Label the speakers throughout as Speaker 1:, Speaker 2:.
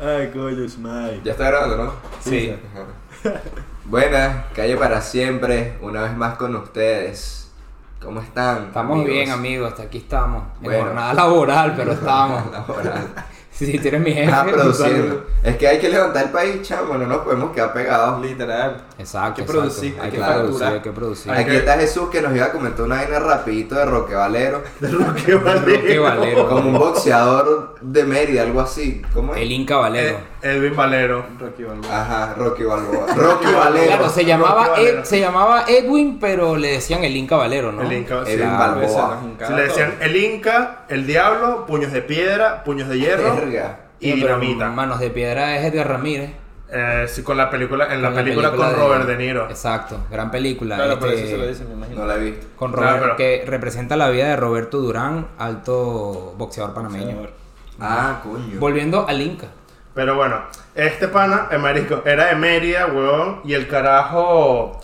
Speaker 1: Ay, coño, Smile.
Speaker 2: Ya está grabando, ¿no?
Speaker 1: Sí.
Speaker 2: Ajá. Buenas, calle para siempre, una vez más con ustedes. ¿Cómo están?
Speaker 3: Estamos
Speaker 2: amigos?
Speaker 3: bien, amigos, hasta aquí estamos.
Speaker 2: Bueno.
Speaker 3: En jornada laboral, pero estamos.
Speaker 2: Laboral.
Speaker 3: si tú eres mi jefe.
Speaker 4: Ah,
Speaker 2: Está Ah, produciendo.
Speaker 1: saludo.
Speaker 2: Es que hay que levantar el país, chamo, no nos podemos quedar pegados.
Speaker 1: Literal.
Speaker 3: Exacto.
Speaker 1: Hay que
Speaker 3: exacto.
Speaker 1: producir, hay
Speaker 3: hay
Speaker 2: que
Speaker 3: que
Speaker 2: facturar.
Speaker 3: producir, hay que producir.
Speaker 1: Hay
Speaker 2: Aquí
Speaker 1: que-
Speaker 2: está Jesús que nos iba a comentar una vaina rapidito de Roque Valero,
Speaker 1: De Roque Valero.
Speaker 3: Roque Valero.
Speaker 2: como un boxeador de Mérida, algo así. ¿Cómo es?
Speaker 3: El Inca Valero.
Speaker 4: Edwin Eh, Valero.
Speaker 1: Roque Balboa.
Speaker 2: Ajá, Rocky Balboa. Rocky Valero.
Speaker 3: claro, se
Speaker 4: Roque
Speaker 3: llamaba, Ed-
Speaker 4: Valero.
Speaker 3: se llamaba Edwin, pero le decían el Inca Valero, ¿no?
Speaker 4: El Inca. sí.
Speaker 2: Edwin
Speaker 3: Claro.
Speaker 2: Balboa.
Speaker 1: Esa es la juncada
Speaker 4: Se le decían
Speaker 1: toda.
Speaker 4: el Inca, el Diablo, puños de piedra, puños de hierro
Speaker 2: Verga.
Speaker 4: y
Speaker 3: Sí, pero
Speaker 4: dinamita.
Speaker 3: Manos de piedra es Edgar Ramírez.
Speaker 4: Eh, sí, con la película, en la,
Speaker 3: Con
Speaker 4: película, con
Speaker 3: de-
Speaker 4: Robert De Niro.
Speaker 3: Exacto, gran película.
Speaker 1: Claro, por
Speaker 3: este,
Speaker 1: eso se lo dicen, me
Speaker 2: No
Speaker 1: imagino.
Speaker 2: la he visto.
Speaker 3: Con
Speaker 4: Claro,
Speaker 3: Robert,
Speaker 4: pero-
Speaker 3: que representa la vida de Roberto Durán, alto boxeador panameño.
Speaker 2: Ah, coño.
Speaker 3: Volviendo al Inca.
Speaker 4: Pero bueno, este pana, el marisco, era de Mérida, weón, y el carajo,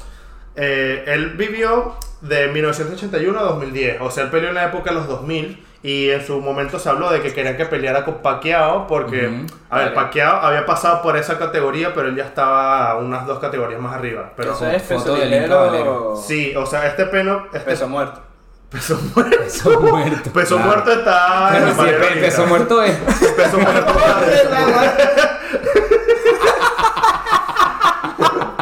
Speaker 4: eh, él vivió de 1981 a 2010, o sea, él peleó en la época de los 2000, y en su momento se habló de que querían que peleara con Pacquiao, porque,
Speaker 3: Ujú.
Speaker 4: a ver,
Speaker 1: Vale.
Speaker 4: Pacquiao había pasado por esa categoría, pero él ya estaba unas dos categorías más arriba, pero...
Speaker 1: Eso es
Speaker 3: Foto
Speaker 1: peso
Speaker 3: del Inca
Speaker 1: ligero.
Speaker 3: Valero.
Speaker 4: Sí, o sea, este peno, este
Speaker 1: Peso muerto.
Speaker 4: peso muerto,
Speaker 3: Peso muerto.
Speaker 4: peso
Speaker 3: claro.
Speaker 4: muerto está... en
Speaker 3: Pero
Speaker 4: el
Speaker 3: si el
Speaker 4: Valero
Speaker 3: pe- peso
Speaker 4: Inca.
Speaker 3: muerto es.
Speaker 4: Peso muerto está-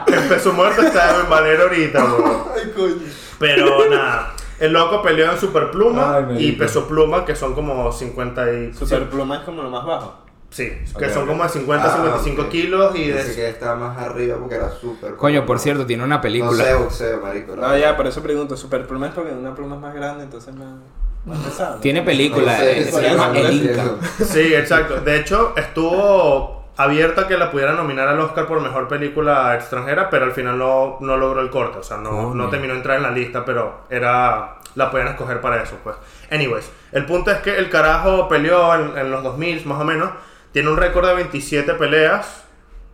Speaker 4: El peso muerto está en Valero ahorita, weón.
Speaker 1: Ay, coño.
Speaker 4: Pero nada, el loco peleó en Superpluma
Speaker 3: Ay, marico.
Speaker 4: y Peso Pluma, que son como 50 y...
Speaker 1: Superpluma es como lo más bajo.
Speaker 4: Sí, que
Speaker 2: Ok,
Speaker 4: son
Speaker 2: ok.
Speaker 4: como de 50
Speaker 2: Ah,
Speaker 4: 55
Speaker 2: ok.
Speaker 4: kilos y de...
Speaker 2: Pensé que estaba más arriba porque era súper.
Speaker 3: Coño, por cierto, tiene una
Speaker 2: No sé
Speaker 3: película.
Speaker 2: boxeo, marico. la
Speaker 1: No, ya, por eso pregunto. Superpluma es porque una pluma es más grande, entonces más, más pesada.
Speaker 3: Tiene película,
Speaker 2: sé,
Speaker 3: eh,
Speaker 2: eso
Speaker 3: se
Speaker 2: ya
Speaker 3: llama
Speaker 2: no
Speaker 3: El
Speaker 2: sé
Speaker 3: Inca.
Speaker 2: eso.
Speaker 4: Sí, exacto. De hecho, estuvo abierta que la pudieran nominar al Oscar por Mejor Película Extranjera, pero al final no, no logró el corte. O sea, no,
Speaker 3: Coño.
Speaker 4: no terminó de entrar en la lista, pero era la podían escoger para eso, pues. Anyways, el punto es que el carajo peleó en, en los 2000, más o menos. Tiene un récord de 27 peleas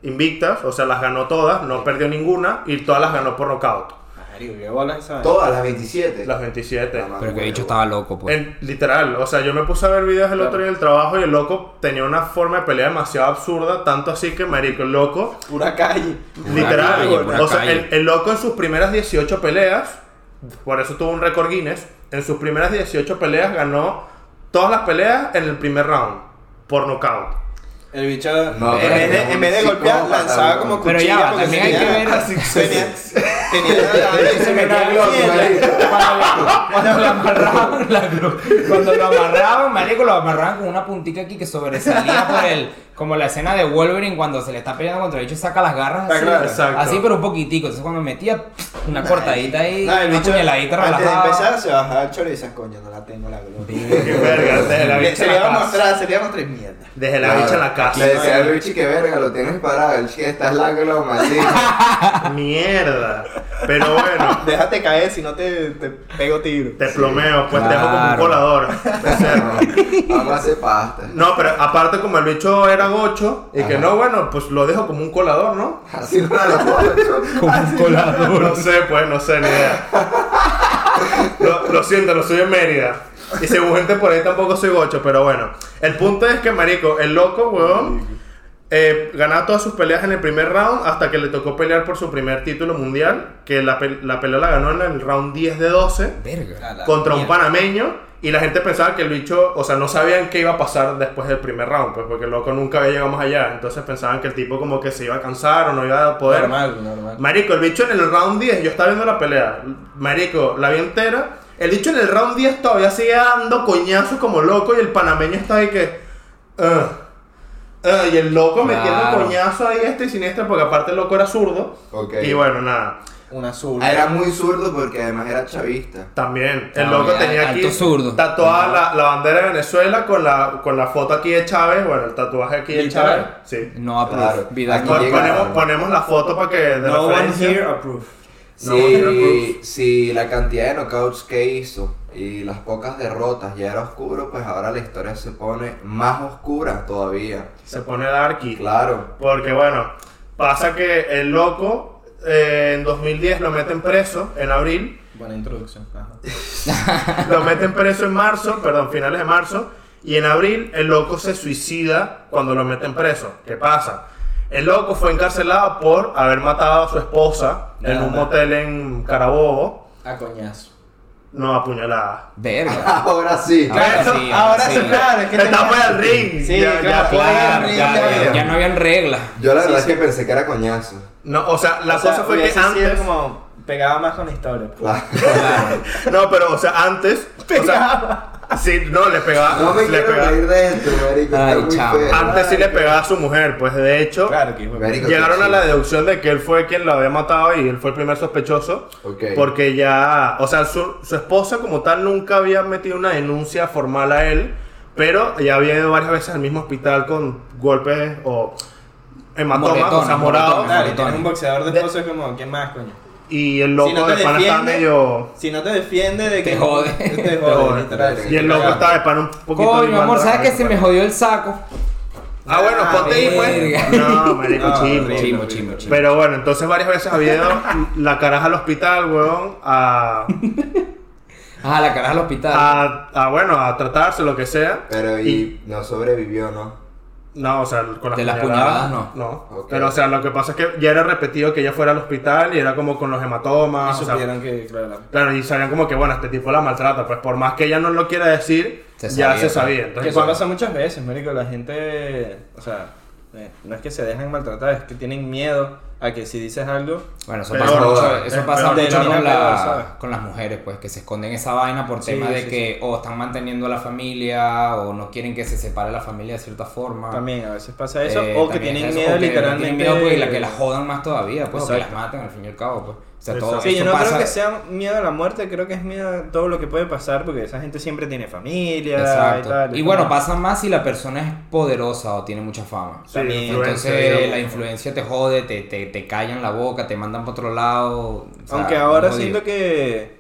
Speaker 4: invictas, o sea, las ganó todas, no perdió ninguna y todas las ganó por nocaut.
Speaker 1: Marico, qué bolas esa. vaina.
Speaker 2: Todas las 27.
Speaker 4: Las 27.
Speaker 3: Pero que dicho estaba loco, pues.
Speaker 4: En- literal, o sea, yo me puse a ver videos el otro día del trabajo y el loco tenía una forma de pelea demasiado absurda, tanto así que, marico, el loco,
Speaker 1: Pura calle.
Speaker 4: literal,
Speaker 3: calle,
Speaker 4: güey.
Speaker 3: pura
Speaker 4: o sea,
Speaker 3: calle.
Speaker 4: el, el loco en sus primeras 18 peleas, por eso tuvo un récord Guinness, en sus primeras 18 peleas ganó todas las peleas en el primer round, por nocaut.
Speaker 1: El bicho,
Speaker 2: No,
Speaker 1: en,
Speaker 2: pero
Speaker 1: vez
Speaker 2: es
Speaker 1: de,
Speaker 2: un
Speaker 1: en vez de golpear,
Speaker 2: psicópata,
Speaker 1: lanzaba
Speaker 2: bro.
Speaker 1: como
Speaker 3: Pero
Speaker 1: cuchilla.
Speaker 3: ya va,
Speaker 1: porque
Speaker 3: también
Speaker 1: se
Speaker 3: hay que
Speaker 1: tenía-
Speaker 3: ver.
Speaker 1: Tenía, tenía la
Speaker 3: Se metía el globo, marico. Cuando lo amarraban, la glo- cuando lo amarraban, marico, lo amarraban con una puntica aquí que sobresalía por el. Como la escena de Wolverine cuando se le está peleando contra el bicho y saca las garras
Speaker 1: Está
Speaker 3: así,
Speaker 1: claro,
Speaker 4: exacto.
Speaker 3: así, pero un poquitico. Entonces cuando metía una cortadita ahí,
Speaker 1: No, el
Speaker 3: una
Speaker 1: bicho,
Speaker 3: puñaladita
Speaker 1: antes de
Speaker 3: relajada.
Speaker 1: empezar, se bajaba el chorizo y decía, coño, no la tengo la gloria.
Speaker 4: Qué verga, desde la
Speaker 1: Le-
Speaker 4: bicha
Speaker 1: Se
Speaker 4: en
Speaker 1: le
Speaker 4: la
Speaker 1: iba a
Speaker 4: casa.
Speaker 1: mostrar, se le iba a mostrar mierda.
Speaker 4: Desde la bicha en la
Speaker 2: Le
Speaker 4: casa.
Speaker 2: decía a Luchi que verga, lo tienes parado. El que estás largo, lo maldito.
Speaker 4: Mierda. Pero bueno.
Speaker 1: Déjate caer, si no te, te pego tiro.
Speaker 4: Te plomeo, pues te dejo como un
Speaker 3: Claro.
Speaker 4: colador.
Speaker 2: Vamos a hacer pasta.
Speaker 4: No, pero aparte como el bicho era gocho y que
Speaker 2: Ajá.
Speaker 4: no, bueno, pues lo dejo como un colador, ¿no?
Speaker 2: Así no era lo puedo.
Speaker 3: Como un
Speaker 4: No
Speaker 3: colador.
Speaker 4: sé, pues, no sé, ni idea. Lo, lo siento, lo soy en Mérida. Y según gente por ahí tampoco soy gocho, pero bueno. El punto es que, marico, el loco, weón, eh, ganaba todas sus peleas en el primer round hasta que le tocó pelear por su primer título mundial, que la, pe- la pelea la ganó en el round 10 de 12.
Speaker 3: Verga.
Speaker 4: contra un panameño y la gente pensaba que el bicho, o sea, no sabían qué iba a pasar después del primer round, pues porque el loco nunca había llegado más allá, entonces pensaban que el tipo como que se iba a cansar o no iba a poder.
Speaker 1: Normal, normal.
Speaker 4: Marico, el bicho en el round 10, yo estaba viendo la pelea, Marico, la vi entera, el bicho en el round 10 todavía sigue dando coñazos como loco y el panameño está ahí que... "Ugh, ugh", y el loco metiendo
Speaker 3: Claro.
Speaker 4: coñazos ahí este y siniestra porque aparte el loco era zurdo.
Speaker 2: Ok.
Speaker 4: Y bueno, nada.
Speaker 1: Una azul.
Speaker 2: Era muy zurdo porque además era chavista.
Speaker 4: También. El
Speaker 3: Ah,
Speaker 4: loco
Speaker 3: ya,
Speaker 4: tenía
Speaker 3: alto
Speaker 4: aquí
Speaker 3: zurdo.
Speaker 4: tatuada la, la bandera de Venezuela con la, con la foto aquí de Chávez. Bueno, el tatuaje aquí de Chávez.
Speaker 1: Literal.
Speaker 4: Sí.
Speaker 3: No approve.
Speaker 2: Claro.
Speaker 3: Vida
Speaker 2: Aquí
Speaker 4: Pon-
Speaker 2: llega-
Speaker 4: ponemos, ponemos la foto para que de
Speaker 1: No one
Speaker 4: referencia.
Speaker 1: here approve.
Speaker 4: No, bueno,
Speaker 2: Si, si la cantidad de knockouts que hizo y las pocas derrotas ya era oscuro, pues ahora la historia se pone más oscura todavía.
Speaker 4: Se pone darky.
Speaker 2: Claro.
Speaker 4: Porque bueno, pasa que el loco eh, en 2010 lo meten preso en abril.
Speaker 1: Buena introducción. Ajá.
Speaker 4: Lo meten preso en marzo, perdón, finales de marzo. Y en abril el loco se suicida cuando lo meten preso. ¿Qué pasa? El loco fue encarcelado por haber matado a su esposa en un motel en Carabobo.
Speaker 1: A coñazo.
Speaker 4: No, apuñalada.
Speaker 3: Verga.
Speaker 2: Ahora sí.
Speaker 3: Ahora
Speaker 1: Eso,
Speaker 3: sí,
Speaker 1: ahora
Speaker 3: sí.
Speaker 1: sí, claro. Es que
Speaker 4: Está
Speaker 1: tenía-
Speaker 4: fuera del ring.
Speaker 1: Sí,
Speaker 4: Ya- ya
Speaker 1: claro,
Speaker 4: fue
Speaker 1: claro,
Speaker 4: del
Speaker 1: claro,
Speaker 4: ring,
Speaker 1: claro.
Speaker 3: Ya no habían reglas.
Speaker 2: Yo la verdad
Speaker 1: Sí,
Speaker 2: es que pensé que era coñazo.
Speaker 4: No, o sea, la
Speaker 1: O sea,
Speaker 4: cosa fue que
Speaker 1: hubiese sido
Speaker 4: antes.
Speaker 1: como pegaba más con la historia. pues.
Speaker 2: Claro.
Speaker 4: No, pero, o sea, antes. O sea, sí, no, le pegaba.
Speaker 2: No me
Speaker 4: le
Speaker 2: quiero
Speaker 4: pegaba-
Speaker 2: reír de esto, marico.
Speaker 3: Ay,
Speaker 2: está muy
Speaker 3: chavo.
Speaker 2: feo.
Speaker 4: Antes sí le pegaba a su mujer, pues de hecho.
Speaker 1: Claro que hijo de puta.
Speaker 2: Marico,
Speaker 4: Llegaron
Speaker 2: qué
Speaker 4: a la
Speaker 2: chido.
Speaker 4: deducción de que él fue quien lo había matado y él fue el primer sospechoso.
Speaker 2: Ok.
Speaker 4: Porque ya, o sea, su, su esposa como tal nunca había metido una denuncia formal a él, pero ya había ido varias veces al mismo hospital con golpes o hematomas, o sea,
Speaker 3: Moretones,
Speaker 4: morados.
Speaker 3: moretones.
Speaker 1: Claro, y tienes un boxeador de
Speaker 4: De-
Speaker 1: esposo es como, ¿qué más, coño?
Speaker 4: Y el loco de pana está medio...
Speaker 1: si no te defiende de que
Speaker 3: Te jode.
Speaker 1: te jode,
Speaker 3: Te
Speaker 2: jode.
Speaker 1: literal.
Speaker 2: Y
Speaker 4: Y el loco está de pana un poquito...
Speaker 3: Coño,
Speaker 4: animal,
Speaker 3: amor, ¿sabes
Speaker 4: raro,
Speaker 3: que se me
Speaker 4: pero-
Speaker 3: jodió el saco?
Speaker 4: Ah, bueno,
Speaker 1: Ah,
Speaker 4: ponte ahí, pues.
Speaker 3: verga.
Speaker 4: No, marico,
Speaker 1: No,
Speaker 4: chimbo.
Speaker 1: horrible.
Speaker 3: Chimo, chimo, chimo.
Speaker 4: Pero bueno, entonces varias veces había ido la caraja al hospital, weón, a...
Speaker 3: Ah, la caraja al hospital.
Speaker 4: a, a, bueno, a tratarse, lo que sea.
Speaker 2: Pero y no sobrevivió, ¿no?
Speaker 4: No, o sea, con las
Speaker 3: De las
Speaker 4: puñaladas.
Speaker 3: puñaladas,
Speaker 4: no.
Speaker 2: Ok.
Speaker 4: Pero, o sea, lo que pasa es que ya era repetido que ella fuera al hospital y era como con los hematomas.
Speaker 1: Y
Speaker 4: o sea,
Speaker 1: supieron que, claro.
Speaker 4: claro, y sabían como que, bueno, este tipo la maltrata. Pues por más que ella no lo quiera decir,
Speaker 3: Se sabía,
Speaker 4: ya
Speaker 3: pues.
Speaker 4: se
Speaker 3: ¿no?
Speaker 4: sabía.
Speaker 1: Que
Speaker 4: Entonces,
Speaker 1: eso
Speaker 4: cuando-
Speaker 1: pasa muchas veces, marico. La gente, o sea, eh, no es que se dejan maltratar, es que tienen miedo a que si dices algo...
Speaker 3: Bueno, eso
Speaker 4: Peor,
Speaker 3: pasa mucho,
Speaker 4: joder,
Speaker 3: eso
Speaker 4: es
Speaker 3: pasa
Speaker 1: peor.
Speaker 3: mucho
Speaker 1: Termina
Speaker 3: con, la-
Speaker 1: peor, ¿sabes?
Speaker 3: con las mujeres, pues, que se esconden esa vaina por
Speaker 1: Sí,
Speaker 3: tema de
Speaker 1: sí,
Speaker 3: que o están manteniendo a la familia o no quieren que se separe la familia de cierta forma.
Speaker 1: También a veces pasa eso,
Speaker 3: Ah. Eh,
Speaker 1: o que
Speaker 3: también
Speaker 1: tienen
Speaker 3: es eso,
Speaker 1: miedo
Speaker 3: o que
Speaker 1: literalmente.
Speaker 3: Tienen miedo pues, y la que las jodan más todavía, pues, o que las
Speaker 1: Exacto.
Speaker 3: maten al fin y al cabo, pues. O sea, todo
Speaker 4: Exacto.
Speaker 1: Sí,
Speaker 3: eso
Speaker 1: yo no
Speaker 3: pasa.
Speaker 1: creo que sea miedo a la muerte, creo que es miedo a todo lo que puede pasar, porque esa gente siempre tiene familia y
Speaker 3: Exacto.
Speaker 1: tal.
Speaker 3: Y, bueno, pasa más si la persona es poderosa o tiene mucha fama.
Speaker 4: Sí,
Speaker 1: también,
Speaker 4: influencia,
Speaker 3: Entonces
Speaker 4: digamos.
Speaker 3: la influencia te jode, te, te, te callan la boca, te mandan para otro lado. o sea,
Speaker 1: Aunque ahora
Speaker 3: jodido.
Speaker 1: siento que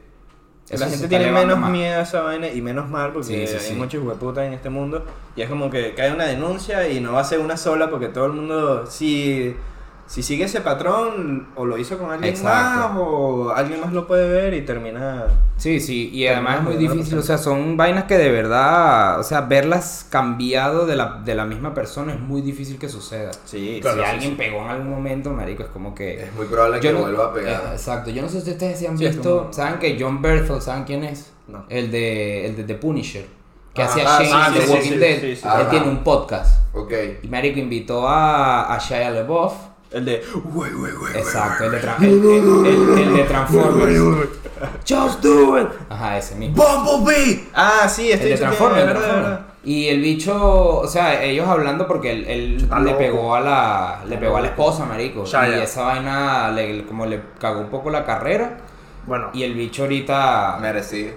Speaker 1: la
Speaker 3: Eso se
Speaker 1: gente
Speaker 3: está
Speaker 1: tiene
Speaker 3: elevando
Speaker 1: menos
Speaker 3: más.
Speaker 1: miedo a esa vaina y menos mal porque
Speaker 3: Sí, sí, sí.
Speaker 1: hay muchos hueputas en este mundo y es como que cae una denuncia y no va a ser una sola porque todo el mundo si si sigue ese patrón o lo hizo con alguien
Speaker 3: Exacto.
Speaker 1: más o alguien más lo puede ver y termina
Speaker 3: Sí, sí, y
Speaker 1: Pero
Speaker 3: además es
Speaker 1: no,
Speaker 3: muy
Speaker 1: no, no
Speaker 3: difícil, o
Speaker 1: pasa
Speaker 3: sea, son vainas que de verdad, o sea, verlas cambiado de la, de la misma persona es muy difícil que suceda.
Speaker 1: sí,
Speaker 4: Claro,
Speaker 3: si
Speaker 4: sí,
Speaker 3: alguien pegó en algún momento, marico, es como que...
Speaker 2: Es muy probable que
Speaker 3: no-
Speaker 2: vuelva a
Speaker 3: Eh,
Speaker 2: pegar.
Speaker 3: exacto, yo no sé si ustedes se han
Speaker 1: Sí, es
Speaker 3: visto,
Speaker 1: como-
Speaker 3: ¿saben que John Berthel, ¿saben quién es?
Speaker 1: No.
Speaker 3: El de, el de The Punisher, que
Speaker 1: Ah,
Speaker 3: hacía
Speaker 1: ah,
Speaker 3: Shane
Speaker 4: sí,
Speaker 3: en The
Speaker 4: sí, sí,
Speaker 3: Walking
Speaker 1: sí,
Speaker 3: Dead,
Speaker 1: sí, sí.
Speaker 3: él
Speaker 2: Ajá.
Speaker 3: tiene un podcast,
Speaker 2: Ok.
Speaker 3: y marico invitó a, a Shia LaBeouf,
Speaker 1: el de
Speaker 3: exacto, el de, tra- el- el- el- el de Transformers, Just Do It, ajá, ese mismo.
Speaker 4: ¡Bumblebee!
Speaker 1: ah sí
Speaker 3: El
Speaker 1: este
Speaker 3: de
Speaker 1: bicho que-
Speaker 3: Transformers,
Speaker 1: verdad,
Speaker 3: Transformers.
Speaker 1: verdad.
Speaker 3: Y el bicho, o sea, ellos hablando porque él, él
Speaker 4: Está
Speaker 3: le
Speaker 4: loco.
Speaker 3: pegó a la le pegó a la esposa, marico.
Speaker 4: Shia.
Speaker 3: Y esa vaina le, como le cagó un poco la carrera.
Speaker 4: Bueno,
Speaker 3: Y el bicho
Speaker 2: Ah,
Speaker 3: ahorita.
Speaker 2: Merecido.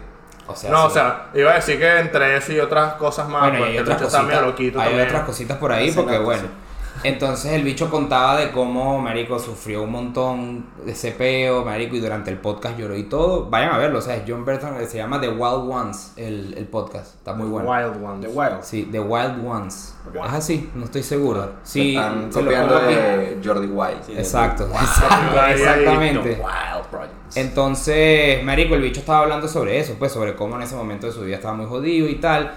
Speaker 3: O sea,
Speaker 4: no, o
Speaker 3: sí.
Speaker 4: sea, iba a decir que entre eso y otras cosas más,
Speaker 3: bueno, y hay
Speaker 4: porque el
Speaker 3: otras
Speaker 4: bicho está medio
Speaker 3: cositas.
Speaker 4: loquito
Speaker 3: Hay
Speaker 4: también.
Speaker 3: otras cositas por ahí
Speaker 1: Hace
Speaker 3: porque
Speaker 1: rato,
Speaker 3: bueno.
Speaker 1: sí.
Speaker 3: Entonces el bicho contaba de cómo Marico sufrió un montón de ese peo, Marico, y durante el podcast lloró y todo. Vayan a verlo, o sea, es John Burton, se llama The Wild Ones, el, el podcast. Está muy bueno.
Speaker 4: Wild Ones.
Speaker 1: The Wild
Speaker 3: Sí, The Wild Ones.
Speaker 1: Ok.
Speaker 3: Es así, no estoy seguro.
Speaker 2: Se
Speaker 3: Sí,
Speaker 2: Están
Speaker 3: se lo
Speaker 2: copiando
Speaker 3: pongo aquí.
Speaker 2: de Jordi Wild.
Speaker 3: Exacto, exacto,
Speaker 4: Ahí, ahí,
Speaker 3: exactamente.
Speaker 2: Wild Projects.
Speaker 3: Entonces, Marico, el bicho estaba hablando sobre eso, pues sobre cómo en ese momento de su vida estaba muy jodido y tal.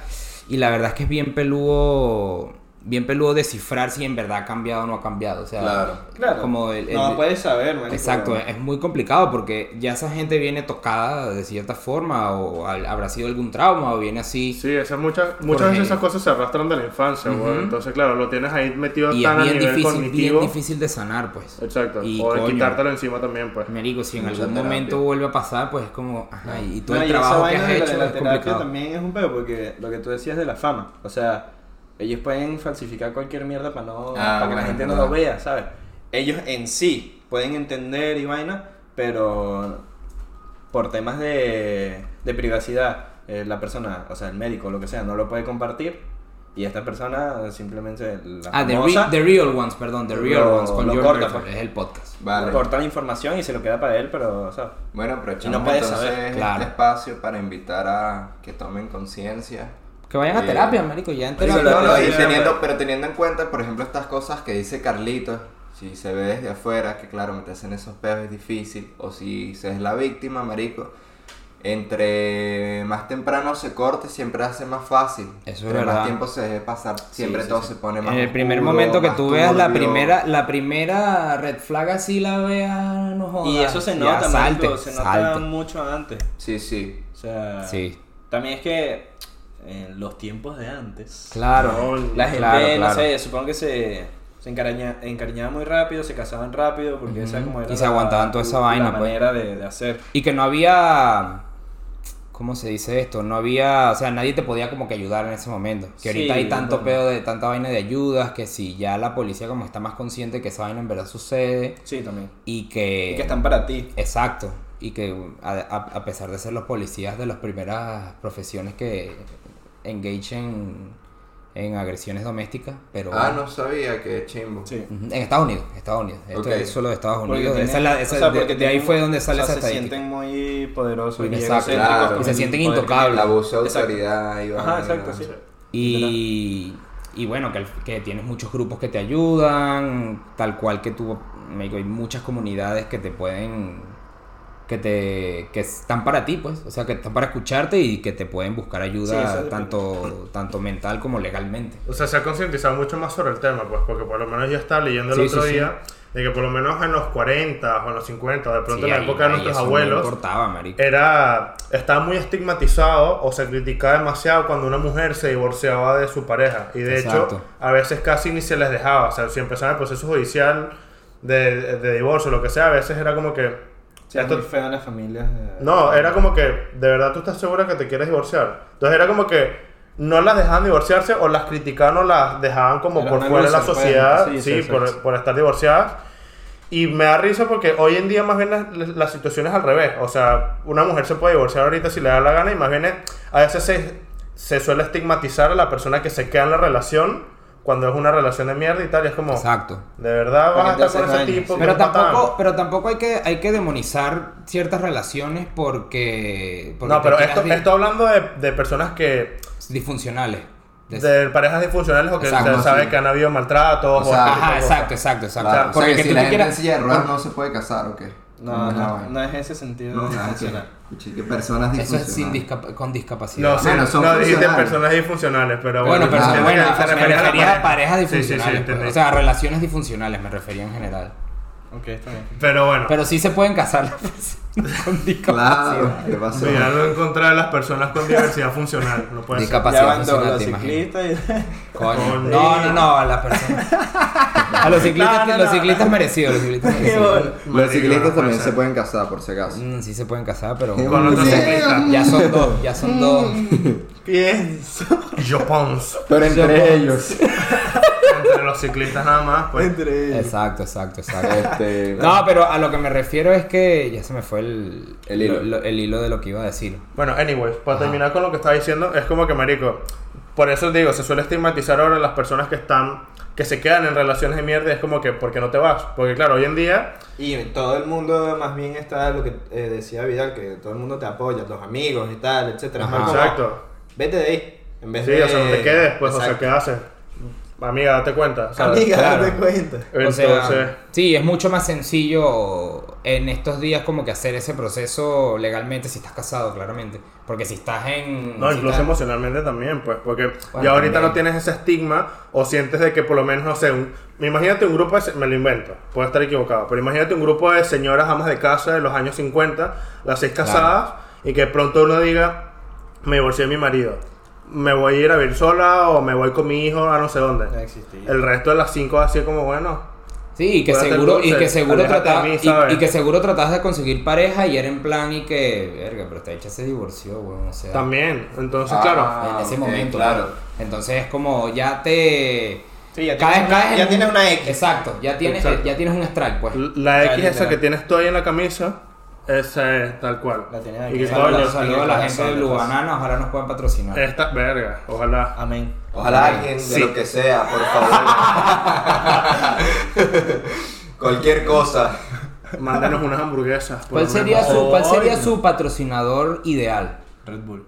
Speaker 3: Y la verdad es que es bien peludo, bien peludo descifrar si en verdad ha cambiado o no ha cambiado. O sea,
Speaker 2: Claro.
Speaker 1: claro
Speaker 3: como el- el-
Speaker 1: no puedes saber marico.
Speaker 3: Exacto, es muy complicado porque ya esa gente viene tocada de cierta forma o al- habrá sido algún trauma o viene así.
Speaker 4: Sí, esas muchas, muchas
Speaker 3: Porque-
Speaker 4: veces esas cosas se arrastran de la infancia,
Speaker 3: Ujú.
Speaker 4: weón. Entonces, claro, lo tienes ahí metido
Speaker 3: Y es
Speaker 4: tan a
Speaker 3: bien
Speaker 4: nivel
Speaker 3: difícil,
Speaker 4: cognitivo.
Speaker 3: bien difícil de sanar, pues.
Speaker 4: Exacto.
Speaker 3: Y,
Speaker 4: o de
Speaker 3: coño.
Speaker 4: quitártelo encima también, pues.
Speaker 3: Me digo, si en
Speaker 2: Mucha
Speaker 3: algún
Speaker 2: terapia.
Speaker 3: momento vuelve a pasar, pues es como, ajá, y todo
Speaker 1: No,
Speaker 3: el
Speaker 1: y esa
Speaker 3: trabajo que
Speaker 1: vaina
Speaker 3: has
Speaker 1: de la-
Speaker 3: hecho
Speaker 1: de la
Speaker 3: es
Speaker 1: terapia
Speaker 3: complicado.
Speaker 1: también es un pedo porque lo que tú decías de la fama, o sea, ellos pueden falsificar cualquier mierda para no
Speaker 2: Ah,
Speaker 1: para que
Speaker 2: bueno,
Speaker 1: la gente no
Speaker 2: verdad.
Speaker 1: lo vea, ¿sabes? Ellos en sí pueden entender y vaina, pero por temas de, de privacidad, eh, la persona, o sea, el médico, lo que sea, no lo puede compartir y esta persona simplemente la
Speaker 3: Ah, the, Re-
Speaker 1: famosa,
Speaker 3: The Real Ones, perdón, The Real
Speaker 1: Lo-
Speaker 3: Ones con
Speaker 1: lo
Speaker 3: Jordan
Speaker 1: corta,
Speaker 3: Belfort,
Speaker 1: pues.
Speaker 3: es el podcast.
Speaker 2: Vale.
Speaker 1: corta la información y se lo queda para él, pero, ¿sabes?
Speaker 2: Bueno, aprovechamos
Speaker 1: Y no puedes
Speaker 2: entonces
Speaker 1: saber,
Speaker 3: claro.
Speaker 2: este espacio para invitar a que tomen conciencia.
Speaker 3: Que vayan a
Speaker 1: Eh,
Speaker 2: Sí.
Speaker 3: terapia, marico, ya en
Speaker 1: Pero
Speaker 2: Sí,
Speaker 3: terapia.
Speaker 2: no, no, y
Speaker 1: sí,
Speaker 2: teniendo-
Speaker 1: sí.
Speaker 2: pero teniendo en cuenta, por ejemplo, estas cosas que dice Carlitos, si se ve desde afuera, que claro, meterse en esos peos es difícil, o si se es la víctima, marico, entre más temprano se corte, siempre hace más fácil.
Speaker 3: Eso es
Speaker 2: Entre
Speaker 3: verdad.
Speaker 2: más tiempo se deje pasar, siempre
Speaker 1: sí,
Speaker 2: todo
Speaker 1: sí.
Speaker 2: se pone más
Speaker 3: En el primer
Speaker 2: oscuro,
Speaker 3: momento que
Speaker 2: más
Speaker 3: tú veas la
Speaker 2: turbio.
Speaker 3: primera, la primera red flag así la veas, no jodas.
Speaker 1: Y eso se
Speaker 3: ya,
Speaker 1: nota,
Speaker 3: salte,
Speaker 1: marico, se nota
Speaker 3: salte.
Speaker 1: mucho antes.
Speaker 2: Sí, sí.
Speaker 1: O sea,
Speaker 3: Sí.
Speaker 1: también es que en los tiempos de antes,
Speaker 3: Claro.
Speaker 4: No,
Speaker 1: la gente,
Speaker 3: claro,
Speaker 1: no
Speaker 3: claro.
Speaker 1: sé, supongo que se, se encaraña- encariñaba muy rápido, se casaban rápido, porque esa
Speaker 3: Ujú.
Speaker 1: como era
Speaker 3: Y se
Speaker 1: la-
Speaker 3: aguantaban toda esa
Speaker 1: la
Speaker 3: vaina, pues.
Speaker 1: manera de, de hacer.
Speaker 3: Y que no había. ¿Cómo se dice esto? No había. O sea, nadie te podía como que ayudar en ese momento. Que ahorita
Speaker 1: Sí,
Speaker 3: hay tanto
Speaker 1: bueno.
Speaker 3: pedo de tanta vaina de ayudas. Que si ya la policía como está más consciente que esa vaina en verdad sucede.
Speaker 1: Sí, también.
Speaker 3: Y que.
Speaker 1: Y que están para ti.
Speaker 3: Exacto. Y que a, a- a pesar de ser los policías de las primeras profesiones que engagen en agresiones domésticas, pero
Speaker 2: Ah,
Speaker 3: bueno.
Speaker 2: no sabía que chimbo.
Speaker 1: Sí.
Speaker 3: Ujú, en Estados Unidos, Estados Unidos, esto
Speaker 2: Ok.
Speaker 3: es solo de Estados
Speaker 1: Porque
Speaker 3: Unidos,
Speaker 1: tienen-
Speaker 3: Esa es la- esa-
Speaker 1: o sea,
Speaker 3: de,
Speaker 1: porque
Speaker 3: de ahí
Speaker 1: tienen-
Speaker 3: fue donde sale
Speaker 1: o sea,
Speaker 3: esa
Speaker 1: se
Speaker 3: estadística.
Speaker 1: sienten muy poderosos y
Speaker 3: Exacto.
Speaker 1: egocéntricos
Speaker 2: Claro.
Speaker 1: con
Speaker 2: Y
Speaker 3: se
Speaker 1: el
Speaker 3: sienten
Speaker 1: poder que
Speaker 3: intocables.
Speaker 2: El
Speaker 1: tienen.
Speaker 2: abuso de
Speaker 1: Exacto.
Speaker 2: autoridad y
Speaker 1: Ajá,
Speaker 2: vaina,
Speaker 1: exacto,
Speaker 2: ¿no?
Speaker 1: sí.
Speaker 3: Y, y bueno, que, el- que tienes muchos grupos que te ayudan, tal cual que tú, me digo, hay muchas comunidades que te pueden, que te, que están para ti, pues, o sea, que están para escucharte y que te pueden buscar
Speaker 1: Sí, eso
Speaker 3: ayuda
Speaker 1: depende.
Speaker 3: tanto, tanto mental como legalmente.
Speaker 4: O sea, se ha concientizado mucho más sobre el tema, pues, porque por lo menos yo estaba leyendo el
Speaker 3: Sí,
Speaker 4: otro
Speaker 3: sí, sí.
Speaker 4: día de que por lo menos en los 40 o en los 50, de pronto
Speaker 3: Sí,
Speaker 4: en la
Speaker 3: ahí-
Speaker 4: época de
Speaker 3: ahí
Speaker 4: nuestros
Speaker 3: eso no
Speaker 4: abuelos, eh,
Speaker 3: importaba, marico.
Speaker 4: era estaba muy estigmatizado o se criticaba demasiado cuando una mujer se divorciaba de su pareja y de
Speaker 3: Exacto.
Speaker 4: hecho a veces casi ni se les dejaba o sea si empezaban el proceso judicial de, de divorcio lo que sea a veces era como que
Speaker 1: Sí, es
Speaker 4: esto-
Speaker 1: muy feo en las familias. eh.
Speaker 4: no era como que de verdad tú estás segura que te quieres divorciar entonces era como que no las dejaban divorciarse o las criticaban o las dejaban como
Speaker 1: Era
Speaker 4: por
Speaker 1: una
Speaker 4: fuera de la
Speaker 1: loser, pues.
Speaker 4: sociedad
Speaker 1: Sí,
Speaker 4: sí,
Speaker 1: sí,
Speaker 4: por,
Speaker 1: exacto.
Speaker 4: por estar divorciadas y me da risa porque hoy en día más bien la, la situación es al revés. O sea, una mujer se puede divorciar ahorita si le da la gana y más bien es- a veces se, se suele estigmatizar a la persona que se queda en la relación cuando es una relación de mierda y tal. Y es como,
Speaker 3: Exacto.
Speaker 4: de verdad
Speaker 1: Porque
Speaker 4: vas
Speaker 1: te
Speaker 4: a estar con
Speaker 1: haces
Speaker 4: ese
Speaker 1: daño,
Speaker 4: tipo.
Speaker 1: sí.
Speaker 4: que
Speaker 3: Pero
Speaker 4: es un patán?".
Speaker 3: tampoco, pero tampoco hay que, hay que demonizar ciertas relaciones porque, porque
Speaker 4: No,
Speaker 3: te
Speaker 4: pero
Speaker 3: quedas
Speaker 4: esto,
Speaker 3: di-
Speaker 4: esto hablando de, de personas que.
Speaker 3: disfuncionales. De-
Speaker 4: de parejas disfuncionales o que
Speaker 3: Exacto,
Speaker 4: se sabe
Speaker 2: sí.
Speaker 4: que han habido maltratos.
Speaker 2: O sea,
Speaker 4: este tipo de
Speaker 3: Ajá,
Speaker 4: cosas.
Speaker 3: exacto, exacto, exacto.
Speaker 2: Claro,
Speaker 3: O
Speaker 2: o
Speaker 3: sea,
Speaker 2: sea,
Speaker 3: que
Speaker 2: que si
Speaker 3: tú
Speaker 2: la
Speaker 3: te
Speaker 2: gente
Speaker 3: quieras-
Speaker 2: en silla de ruedas no se puede casar o qué.
Speaker 1: No, no, no,
Speaker 2: no.
Speaker 1: es ese sentido
Speaker 2: No, nada que-
Speaker 1: funcional.
Speaker 2: Cuchi, que personas
Speaker 3: Eso es
Speaker 2: disfuncionales.
Speaker 3: sin discap- con discapacidad.
Speaker 4: No, sí,
Speaker 2: Bueno, son
Speaker 4: no dijiste
Speaker 2: funcionales.
Speaker 4: personas disfuncionales, pero
Speaker 3: bueno, pero
Speaker 2: personas-
Speaker 4: entiendo
Speaker 3: bueno,
Speaker 4: que
Speaker 3: me
Speaker 4: refería
Speaker 3: refería a
Speaker 4: pareja.
Speaker 3: parejas
Speaker 4: Sí, sí, sí,
Speaker 3: disfuncionales. pues,
Speaker 4: entendí.
Speaker 3: o sea, a relaciones disfuncionales me refería en general.
Speaker 1: Ok, está bien.
Speaker 4: Pero bueno,
Speaker 3: Pero sí se pueden casar las personas con discapacidad.
Speaker 2: Claro, ¿qué pasó?
Speaker 4: mira, no encontrar a las personas con diversidad funcional. No puede ser.
Speaker 1: Ya
Speaker 3: Discapacidad
Speaker 1: van dos,
Speaker 3: funcional,
Speaker 1: los
Speaker 3: te imaginas.
Speaker 1: ciclistas y...
Speaker 3: Coño.
Speaker 4: Coño.
Speaker 3: No, no, no, a las personas. A los ciclistas,
Speaker 1: No, no,
Speaker 3: los
Speaker 1: no.
Speaker 3: ciclistas merecidos, los ciclistas merecidos.
Speaker 1: Qué
Speaker 2: Los ciclistas
Speaker 4: Marico, no
Speaker 2: también
Speaker 4: puede
Speaker 2: se
Speaker 4: ser.
Speaker 2: pueden casar, por si acaso.
Speaker 3: Mm, sí se pueden casar, pero
Speaker 4: Con otro
Speaker 2: Sí.
Speaker 4: ciclista.
Speaker 3: ya son dos, ya son dos.
Speaker 1: Pienso.
Speaker 4: Yo pons.
Speaker 2: Pero entre ellos.
Speaker 4: Entre los ciclistas nada más, pues.
Speaker 1: Entre ellos.
Speaker 3: Exacto, exacto, exacto.
Speaker 2: Este,
Speaker 3: No, pero a lo que me refiero es que ya se me fue el,
Speaker 2: El hilo.
Speaker 3: lo- lo- el hilo de lo que iba a decir.
Speaker 4: Bueno, anyways, para
Speaker 3: Ajá.
Speaker 4: terminar con lo que estaba diciendo, es como que, marico, por eso digo, se suele estigmatizar ahora a las personas que están, que se quedan en relaciones de mierda, y es como que, ¿por qué no te vas? Porque claro, hoy en día,
Speaker 1: Y en todo el mundo más bien está lo que eh, decía Vidal, que todo el mundo te apoya, tus amigos y tal, etcétera. Es
Speaker 3: Ajá.
Speaker 1: más como,
Speaker 4: exacto.
Speaker 1: Vete de ahí. En vez
Speaker 4: Sí,
Speaker 1: de...
Speaker 4: o sea, no te quedes, pues, o sea,
Speaker 1: Exacto.
Speaker 4: ¿qué haces? Amiga, date cuenta, ¿sabes?
Speaker 1: Amiga,
Speaker 3: Claro.
Speaker 1: date cuenta.
Speaker 3: O
Speaker 4: Entonces,
Speaker 3: sea, sí, es mucho más sencillo en estos días como que hacer ese proceso legalmente si estás casado, claramente. Porque si estás en...
Speaker 4: No,
Speaker 3: si
Speaker 4: incluso
Speaker 3: estás-
Speaker 4: emocionalmente también, pues, porque ya ahorita
Speaker 3: también.
Speaker 4: no tienes ese estigma o sientes de que por lo menos, no sé, un- imagínate un grupo de, se- me lo invento, puedo estar equivocado, pero imagínate un grupo de señoras amas de casa de los años 50, las seis casadas, y que pronto uno diga, me divorcié de mi marido, me voy a ir a vivir sola o me voy con mi hijo a no sé dónde.
Speaker 1: No existía.
Speaker 4: El resto de las cinco así como, bueno,
Speaker 3: Sí, y que
Speaker 4: Acuérdate
Speaker 3: seguro,
Speaker 4: dulce,
Speaker 3: y que seguro
Speaker 4: aléjate
Speaker 3: tratabas,
Speaker 4: de mí,
Speaker 3: y,
Speaker 4: ¿sabes?
Speaker 3: y que seguro tratabas de conseguir pareja y era en plan y que, verga, pero esta hecha se divorció, weón, o sea,
Speaker 4: también, entonces
Speaker 2: Ah.
Speaker 4: claro.
Speaker 3: en ese
Speaker 2: ok,
Speaker 3: momento,
Speaker 2: claro.
Speaker 3: weón. Entonces es como ya te
Speaker 1: Sí, ya
Speaker 3: cada
Speaker 1: tienes
Speaker 3: vez
Speaker 1: una-
Speaker 3: caes
Speaker 1: ya
Speaker 3: en-
Speaker 1: tienes una X.
Speaker 3: Exacto, ya tienes
Speaker 4: Exacto.
Speaker 3: ya tienes un strike, pues.
Speaker 4: La X
Speaker 1: Literal.
Speaker 4: esa que tienes tú ahí en la camisa, esa es tal cual.
Speaker 1: La tienes aquí.
Speaker 4: Y que,
Speaker 1: Saludos,
Speaker 4: coño,
Speaker 3: Saludos saludos a la gente de
Speaker 1: Saludos.
Speaker 3: Blue Banana, ojalá nos puedan patrocinar.
Speaker 4: Esta verga, ojalá.
Speaker 1: Amén.
Speaker 2: Ojalá alguien de
Speaker 4: Sí.
Speaker 2: lo que sea, por favor. Cualquier cosa.
Speaker 4: Mándanos unas hamburguesas. por
Speaker 3: ¿Cuál
Speaker 4: lo
Speaker 3: sería
Speaker 4: menos.
Speaker 3: su cuál sería
Speaker 1: Coño.
Speaker 3: su patrocinador ideal?
Speaker 1: Red Bull.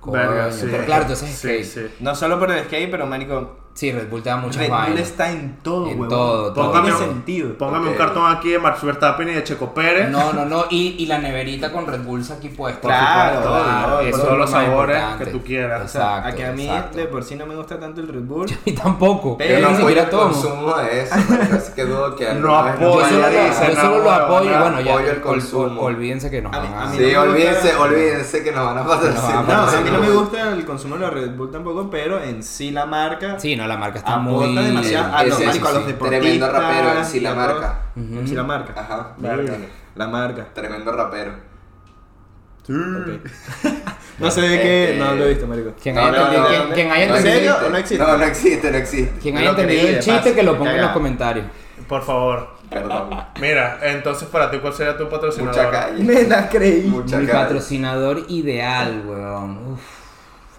Speaker 3: Coño,
Speaker 4: Verga, sí.
Speaker 3: pero claro, entonces es
Speaker 4: sí,
Speaker 3: que-
Speaker 4: sí.
Speaker 1: No solo por el skate, pero marico,
Speaker 3: Sí, Red Bull te da muchas
Speaker 1: Red Bull
Speaker 3: vainas.
Speaker 1: está en todo,
Speaker 3: En
Speaker 1: huevón.
Speaker 3: todo,
Speaker 1: No
Speaker 4: todo.
Speaker 1: tiene sentido.
Speaker 4: Póngame
Speaker 2: Ok.
Speaker 4: un cartón aquí de Max Verstappen y de Checo Pérez.
Speaker 3: No, no, no. Y, y la neverita con Red Bulls aquí puesta.
Speaker 1: Claro,
Speaker 3: Por supuesto,
Speaker 1: claro,
Speaker 3: eso
Speaker 4: con
Speaker 3: es
Speaker 4: todos
Speaker 3: lo
Speaker 4: los
Speaker 3: más
Speaker 4: sabores
Speaker 3: importante.
Speaker 4: que tú quieras.
Speaker 1: O sea,
Speaker 3: Exacto,
Speaker 1: a que a mí
Speaker 3: exacto.
Speaker 1: de por sí no me gusta tanto el Red Bull.
Speaker 3: Y tampoco.
Speaker 1: Pero
Speaker 2: Yo no
Speaker 3: ni
Speaker 2: apoyo
Speaker 3: siquiera
Speaker 2: el
Speaker 3: tomo.
Speaker 2: consumo de eso, marico, así que dudo que
Speaker 4: No
Speaker 2: alguna vez nos
Speaker 4: apoyo,
Speaker 3: Yo solo,
Speaker 2: vaya
Speaker 3: lo-
Speaker 4: Oye,
Speaker 2: a decir.
Speaker 4: dicen,
Speaker 3: yo solo
Speaker 4: no,
Speaker 3: lo apoyo y
Speaker 4: no,
Speaker 3: bueno, ya
Speaker 2: apoyo el
Speaker 3: ol-
Speaker 2: consumo.
Speaker 3: olvídense que Ah, nos
Speaker 1: A mí-
Speaker 3: van
Speaker 1: a mí
Speaker 2: Sí,
Speaker 1: no me
Speaker 2: olvídense,
Speaker 1: gusta-
Speaker 2: olvídense que nos van a pasar. sí,
Speaker 3: No, vamos
Speaker 1: No, o sea, a mí no me
Speaker 2: sí.
Speaker 1: gusta el consumo de la Red Bull tampoco, pero en sí la marca
Speaker 3: Sí, no, la marca está
Speaker 1: aporta
Speaker 3: muy...
Speaker 1: demasiado a, los,
Speaker 3: Ese-
Speaker 1: marico, a los
Speaker 3: sí.
Speaker 1: deportistas.
Speaker 2: Tremendo rapero, en sí
Speaker 1: y a
Speaker 2: la
Speaker 1: todo.
Speaker 2: marca.
Speaker 1: En sí la marca.
Speaker 2: Ajá,
Speaker 4: Verga.
Speaker 1: La marca.
Speaker 2: tremendo rapero.
Speaker 1: Ok. no sé de qué. No lo he visto, marico.
Speaker 3: Quien
Speaker 2: Este, No, no,
Speaker 3: haya entendido-
Speaker 2: no,
Speaker 3: quien-
Speaker 2: no,
Speaker 3: quien haya
Speaker 1: no,
Speaker 2: ¿En
Speaker 1: ¿En serio?
Speaker 3: entendido-
Speaker 2: serio?
Speaker 1: No existe.
Speaker 2: No, no existe, no existe.
Speaker 3: quien
Speaker 1: Me
Speaker 3: haya
Speaker 1: lo creí,
Speaker 3: entendido el
Speaker 1: de
Speaker 3: chiste
Speaker 1: paso,
Speaker 3: que lo
Speaker 1: me
Speaker 3: ponga en los
Speaker 1: cagaba.
Speaker 3: comentarios.
Speaker 4: Por favor.
Speaker 2: Perdón.
Speaker 4: Mira, entonces para ti, ¿cuál sería tu patrocinador?
Speaker 2: Mucha calle.
Speaker 1: Me la creí.
Speaker 2: Mucha
Speaker 3: Mi
Speaker 2: calle.
Speaker 3: patrocinador ideal, weón. Uf.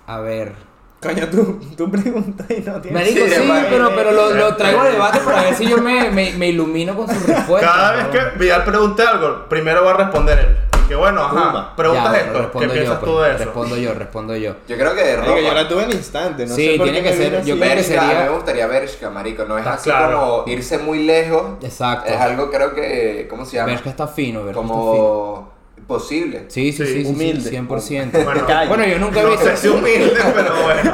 Speaker 3: A ver.
Speaker 1: Coño, tú, tú preguntas y no tienes.
Speaker 3: Marico, sí,
Speaker 2: Sí, vale.
Speaker 3: pero, pero lo, lo traigo a debate para ver si yo me, me, me ilumino con sus respuestas.
Speaker 4: Cada vez
Speaker 3: weón.
Speaker 4: que Vidal pregunte algo, primero va a responder él. Que bueno, ajá,
Speaker 1: Pumba.
Speaker 4: preguntas
Speaker 3: Ya,
Speaker 4: esto. ¿Qué
Speaker 3: respondo
Speaker 4: piensas
Speaker 3: yo,
Speaker 4: tú
Speaker 3: pues,
Speaker 4: de eso?
Speaker 3: Respondo yo, respondo yo.
Speaker 2: Yo creo que de
Speaker 1: Marico, yo la
Speaker 2: ropa.
Speaker 1: tuve en instante. No
Speaker 3: Sí,
Speaker 1: sé por
Speaker 3: tiene
Speaker 1: qué
Speaker 3: que
Speaker 1: me
Speaker 3: ser-
Speaker 1: vino
Speaker 3: yo
Speaker 1: así.
Speaker 3: creo que
Speaker 2: Bershka,
Speaker 3: sería-
Speaker 2: me gustaría Bershka, marico. No es
Speaker 4: Está
Speaker 2: así
Speaker 4: claro.
Speaker 2: como irse muy lejos.
Speaker 3: Exacto.
Speaker 2: Es algo creo que, ¿cómo se llama?
Speaker 3: Bershka está fino, Bershka está fino.
Speaker 2: como posible.
Speaker 3: Sí, sí,
Speaker 4: Sí,
Speaker 3: sí, sí,
Speaker 1: humilde.
Speaker 3: sí, 100%.
Speaker 4: Bueno,
Speaker 1: Calle.
Speaker 3: Bueno, yo nunca he
Speaker 4: No
Speaker 3: visto.
Speaker 4: sé si humilde, pero bueno.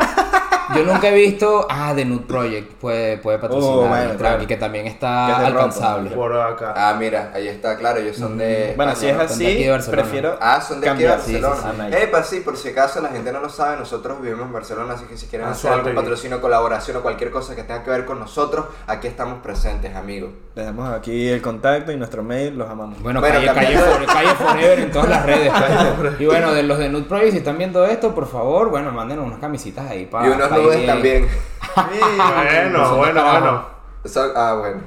Speaker 3: Yo nunca he visto. Ah, The Nude Project puede, puede patrocinar.
Speaker 1: Oh, bueno,
Speaker 3: tranqui,
Speaker 1: claro.
Speaker 3: que también
Speaker 1: Que es
Speaker 3: está
Speaker 1: de ropa.
Speaker 3: alcanzable.
Speaker 4: Por acá.
Speaker 2: Ah, mira, ahí está, claro, ellos son
Speaker 3: Mm,
Speaker 2: de...
Speaker 1: Bueno,
Speaker 2: ah,
Speaker 1: si
Speaker 2: no,
Speaker 1: es
Speaker 2: no.
Speaker 3: son de aquí
Speaker 1: así,
Speaker 3: de Barcelona.
Speaker 1: prefiero.
Speaker 2: Ah, son de aquí de
Speaker 1: cambiar. Sí, sí,
Speaker 2: Barcelona.
Speaker 1: sí, sí.
Speaker 2: Epa, sí, por si acaso la gente no lo sabe, nosotros vivimos en Barcelona, así que si quieren
Speaker 4: Ah,
Speaker 2: hacer algún
Speaker 4: suerte.
Speaker 2: patrocinio, colaboración o cualquier cosa que tenga que ver con nosotros, aquí estamos presentes, amigos.
Speaker 1: Les damos aquí el contacto y nuestro mail, los amamos.
Speaker 3: Bueno,
Speaker 2: Bueno,
Speaker 3: calle, calle,
Speaker 2: cambiando-
Speaker 3: Fore- calle Forever en todas las redes. pues. Y bueno, de los de Nude Project, si están viendo esto, por favor, bueno, mándenos unas camisitas ahí para.
Speaker 2: y unos nudes también.
Speaker 4: Bueno,
Speaker 3: Ah, Nosotros
Speaker 4: bueno,
Speaker 3: carajo.
Speaker 4: bueno.
Speaker 2: Eso- ah, bueno.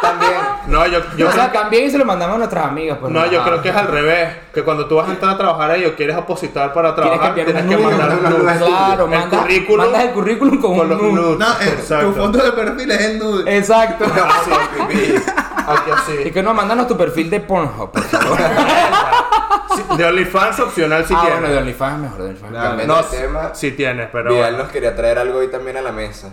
Speaker 2: También.
Speaker 4: No, yo, yo
Speaker 3: o sea,
Speaker 4: creo-
Speaker 3: también se lo mandamos a nuestras amigas. Pues,
Speaker 4: no, yo
Speaker 3: ah,
Speaker 4: creo que es al revés. Que cuando tú vas a entrar a trabajar ahí o quieres opositar para trabajar,
Speaker 3: enviar
Speaker 4: tienes que,
Speaker 3: un nude,
Speaker 4: mandar un
Speaker 2: mandar un
Speaker 4: nude.
Speaker 2: nude.
Speaker 3: Claro,
Speaker 4: El
Speaker 3: mandas,
Speaker 4: currículum
Speaker 3: mandas el currículum con,
Speaker 4: Con
Speaker 3: un
Speaker 4: los
Speaker 3: nude.
Speaker 4: nudes.
Speaker 1: No, eh, tu
Speaker 4: Exacto.
Speaker 1: foto de perfil es el nude.
Speaker 3: Exacto.
Speaker 4: Así, pipí. Aquí
Speaker 3: Y
Speaker 4: así.
Speaker 3: que no, mandanos tu perfil de Pornhub, pues. por favor.
Speaker 4: Sí, De OnlyFans opcional si
Speaker 3: ah,
Speaker 4: tienes.
Speaker 3: bueno, de OnlyFans es mejor, de OnlyFans.
Speaker 1: Claro.
Speaker 2: Cambiando
Speaker 4: No,
Speaker 2: de tema,
Speaker 4: si tienes, pero
Speaker 2: Vidal
Speaker 4: bueno.
Speaker 2: nos quería traer algo hoy también a la mesa.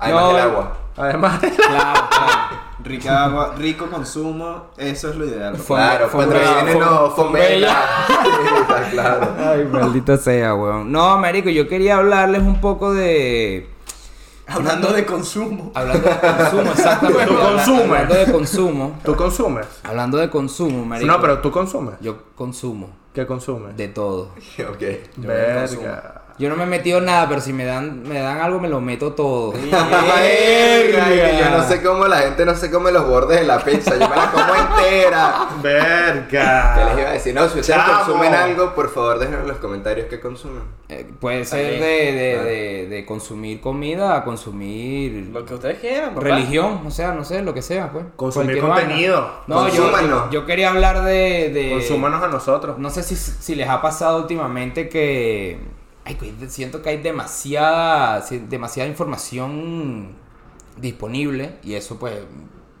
Speaker 2: Además
Speaker 3: No,
Speaker 2: del agua.
Speaker 4: Además,
Speaker 3: Claro, claro.
Speaker 1: Rica agua, rico consumo, eso es lo ideal.
Speaker 3: Fue-
Speaker 2: claro,
Speaker 3: fue-
Speaker 2: patrocinen
Speaker 3: fue-
Speaker 2: no,
Speaker 3: fue-
Speaker 2: Fombella. Está claro.
Speaker 3: Ay, maldita sea, weón. No, marico, yo quería hablarles un poco de...
Speaker 1: Hablando de consumo.
Speaker 3: Hablando de consumo, exactamente.
Speaker 4: Tú consumes.
Speaker 3: Hablando de consumo.
Speaker 4: tú consumes.
Speaker 3: Hablando de consumo, marico.
Speaker 4: No, pero tú consumes.
Speaker 3: Yo consumo
Speaker 4: ¿Qué consumes?
Speaker 3: de todo.
Speaker 2: ok.
Speaker 3: Yo consumo. Yo no me he metido en nada, pero si me dan, me dan algo, me lo meto todo. eh,
Speaker 2: Verga, que Yo no sé cómo la gente no se come los bordes de la pizza, yo me la como entera. ¿Qué les iba a
Speaker 4: Verga.
Speaker 2: decir? No, si ustedes
Speaker 4: Chamo.
Speaker 2: consumen algo, por favor déjenos en los comentarios qué consumen.
Speaker 3: Eh, puede ser de, de, de, de consumir comida a consumir
Speaker 1: Lo que ustedes quieran, papá.
Speaker 3: religión, o sea, no sé, lo que sea, pues.
Speaker 4: Consumir
Speaker 3: Cualquier vaina.
Speaker 4: contenido.
Speaker 3: No, yo,
Speaker 2: Consúmanlo.
Speaker 3: yo quería hablar de... de-
Speaker 4: Consúmanos a nosotros.
Speaker 3: eh. No sé si, si les ha pasado últimamente que. Ay, güey, siento que hay demasiada, si- demasiada información disponible y eso, pues,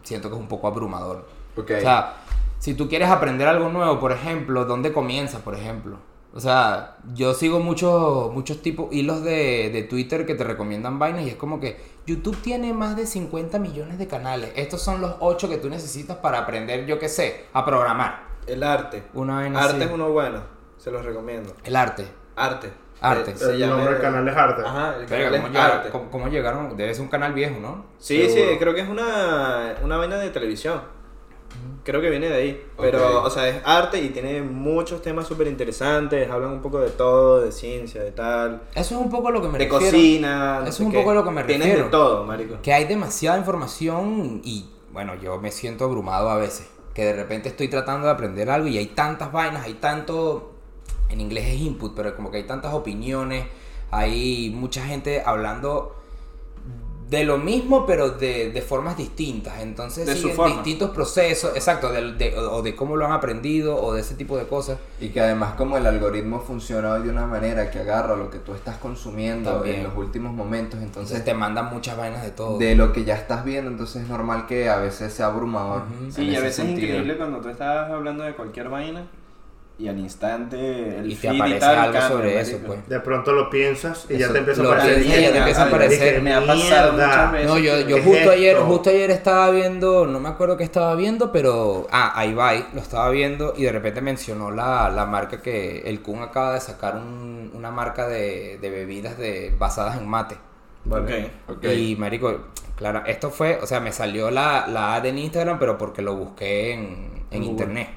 Speaker 3: siento que es un poco abrumador.
Speaker 2: Ok.
Speaker 3: O sea, si tú quieres aprender algo nuevo, por ejemplo, ¿dónde comienzas, por ejemplo? O sea, yo sigo muchos muchos tipos, hilos de, de Twitter que te recomiendan vainas y es como que YouTube tiene más de 50 millones de canales. Estos son los 8 que tú necesitas para aprender, yo qué sé, a programar.
Speaker 1: El arte.
Speaker 3: Una vaina
Speaker 1: arte
Speaker 3: así.
Speaker 1: es uno bueno, se los recomiendo.
Speaker 3: El arte.
Speaker 1: Arte.
Speaker 3: Arte.
Speaker 1: Eh,
Speaker 4: El nombre del canal es Arte.
Speaker 1: Ajá, el canal
Speaker 3: Verga, ¿cómo,
Speaker 1: es
Speaker 3: llegaron?
Speaker 1: arte.
Speaker 3: ¿Cómo- cómo llegaron? Debe ser un canal viejo, ¿no?
Speaker 1: Sí, sí,
Speaker 2: Seguro.
Speaker 1: creo que es una, una vaina de televisión. Creo que viene de ahí. Pero,
Speaker 2: Ok.
Speaker 1: o sea, es arte y tiene muchos temas súper interesantes. Hablan un poco de todo, de ciencia, de tal.
Speaker 3: Eso es un poco lo que me
Speaker 1: de
Speaker 3: refiero.
Speaker 1: cocina. no
Speaker 3: Eso
Speaker 1: sé
Speaker 3: es un
Speaker 1: qué.
Speaker 3: poco lo que me
Speaker 1: Tienes
Speaker 3: refiero.
Speaker 1: de todo, marico.
Speaker 3: Que hay demasiada información y, bueno, yo me siento abrumado a veces. Que de repente estoy tratando de aprender algo y hay tantas vainas, hay tanto... En inglés es input, pero como que hay tantas opiniones. Hay mucha gente hablando de lo mismo, pero de, de formas distintas. Entonces
Speaker 1: De su
Speaker 3: siguen
Speaker 1: forma.
Speaker 3: distintos procesos, exacto, de- de- o de cómo lo han aprendido o de ese tipo de cosas.
Speaker 2: Y que además como el algoritmo funciona hoy de una manera que agarra lo que tú estás consumiendo
Speaker 3: También.
Speaker 2: en los últimos momentos,
Speaker 3: Entonces
Speaker 2: entonces
Speaker 3: te mandan muchas vainas de todo.
Speaker 2: de lo que ya estás viendo, entonces es normal que a veces sea abrumador.
Speaker 3: Ujú.
Speaker 2: en
Speaker 1: Sí, y a
Speaker 2: ese
Speaker 1: veces
Speaker 2: sentido.
Speaker 1: es increíble cuando tú estás hablando de cualquier vaina y al instante el
Speaker 3: Y te
Speaker 1: feed
Speaker 3: aparece
Speaker 1: tal
Speaker 3: algo
Speaker 1: cambia,
Speaker 3: sobre eso,
Speaker 1: marico.
Speaker 3: pues.
Speaker 4: De pronto lo piensas y ya
Speaker 3: Eso,
Speaker 4: te empieza a
Speaker 3: lo
Speaker 4: aparecer.
Speaker 3: piensas y ya te empieza a
Speaker 4: Dije,
Speaker 3: aparecer.
Speaker 1: Me ha pasado
Speaker 4: "Mierda".
Speaker 1: muchas veces.
Speaker 3: No, yo, yo
Speaker 4: ¿Qué es
Speaker 3: justo
Speaker 4: esto?
Speaker 3: ayer, justo ayer estaba viendo, no me acuerdo qué estaba viendo, pero ah, ahí va, ahí, lo estaba viendo y de repente mencionó la, la marca que el Kun acaba de sacar un- una marca de, de bebidas de, basadas en mate.
Speaker 1: Vale.
Speaker 2: Ok.
Speaker 3: Y marico, claro, esto fue, o sea, me salió la, la ad en Instagram, pero porque lo busqué en, en
Speaker 1: Google.
Speaker 3: internet.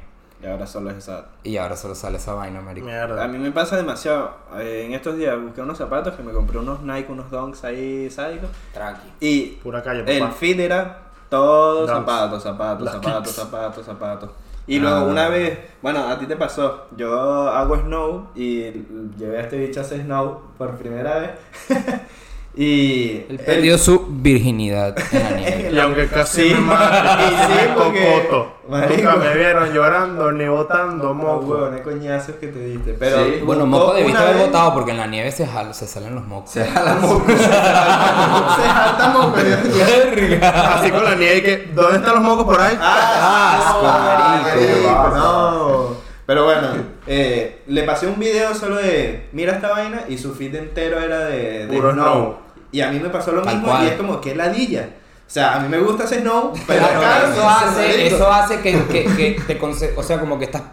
Speaker 1: Y ahora solo es esa.
Speaker 3: Y ahora solo sale esa vaina, marico.
Speaker 1: A
Speaker 4: Mierda.
Speaker 1: mí me pasa demasiado. Eh, en estos días busqué unos zapatos que me compré unos Nike, unos Dunks ahí sádicos.
Speaker 3: Tranqui.
Speaker 1: Y
Speaker 4: Pura calle, papá.
Speaker 1: el feed era todo
Speaker 4: Dunks.
Speaker 1: zapatos, zapatos,
Speaker 4: Las
Speaker 1: zapatos,
Speaker 4: kicks.
Speaker 1: zapatos, zapatos. Y
Speaker 3: Ah.
Speaker 1: luego una vez, bueno, a ti te pasó, yo hago snow y llevé a este bicho a hacer snow por primera vez. y
Speaker 3: Él
Speaker 1: él-
Speaker 3: perdió su virginidad en la nieve.
Speaker 4: Y aunque casi
Speaker 1: Sí.
Speaker 4: me matan,
Speaker 1: Y sí,
Speaker 4: me
Speaker 1: porque-
Speaker 4: cocoto.
Speaker 1: Marico.
Speaker 4: Nunca me vieron llorando ni botando
Speaker 1: No,
Speaker 4: moco.
Speaker 1: huevón, hay coñazos que te diste. Pero
Speaker 2: Sí.
Speaker 3: Bueno,
Speaker 1: buscó
Speaker 3: moco debiste
Speaker 1: una
Speaker 3: haber
Speaker 1: vez-
Speaker 3: votado porque en la nieve se, jal- se salen los mocos.
Speaker 2: Se jala mucho.
Speaker 1: Se salta moco.
Speaker 3: Verga.
Speaker 4: Así con la nieve y que, ¿dónde están los mocos por ahí?
Speaker 1: Ah,
Speaker 3: Asco, marico.
Speaker 1: marico, Ah, no. Pero bueno, eh, le pasé un video solo de mira esta vaina y su feed entero era de, de
Speaker 4: Puro snow.
Speaker 1: Y a mí me pasó lo
Speaker 3: Tal
Speaker 1: mismo
Speaker 3: cual.
Speaker 1: y es como que ladilla. O sea, a mí me gusta ese snow, pero
Speaker 3: Claro,
Speaker 1: acá
Speaker 3: eso,
Speaker 1: no,
Speaker 3: hace,
Speaker 1: marico.
Speaker 3: eso hace que, que- que te conce- o sea, como que estás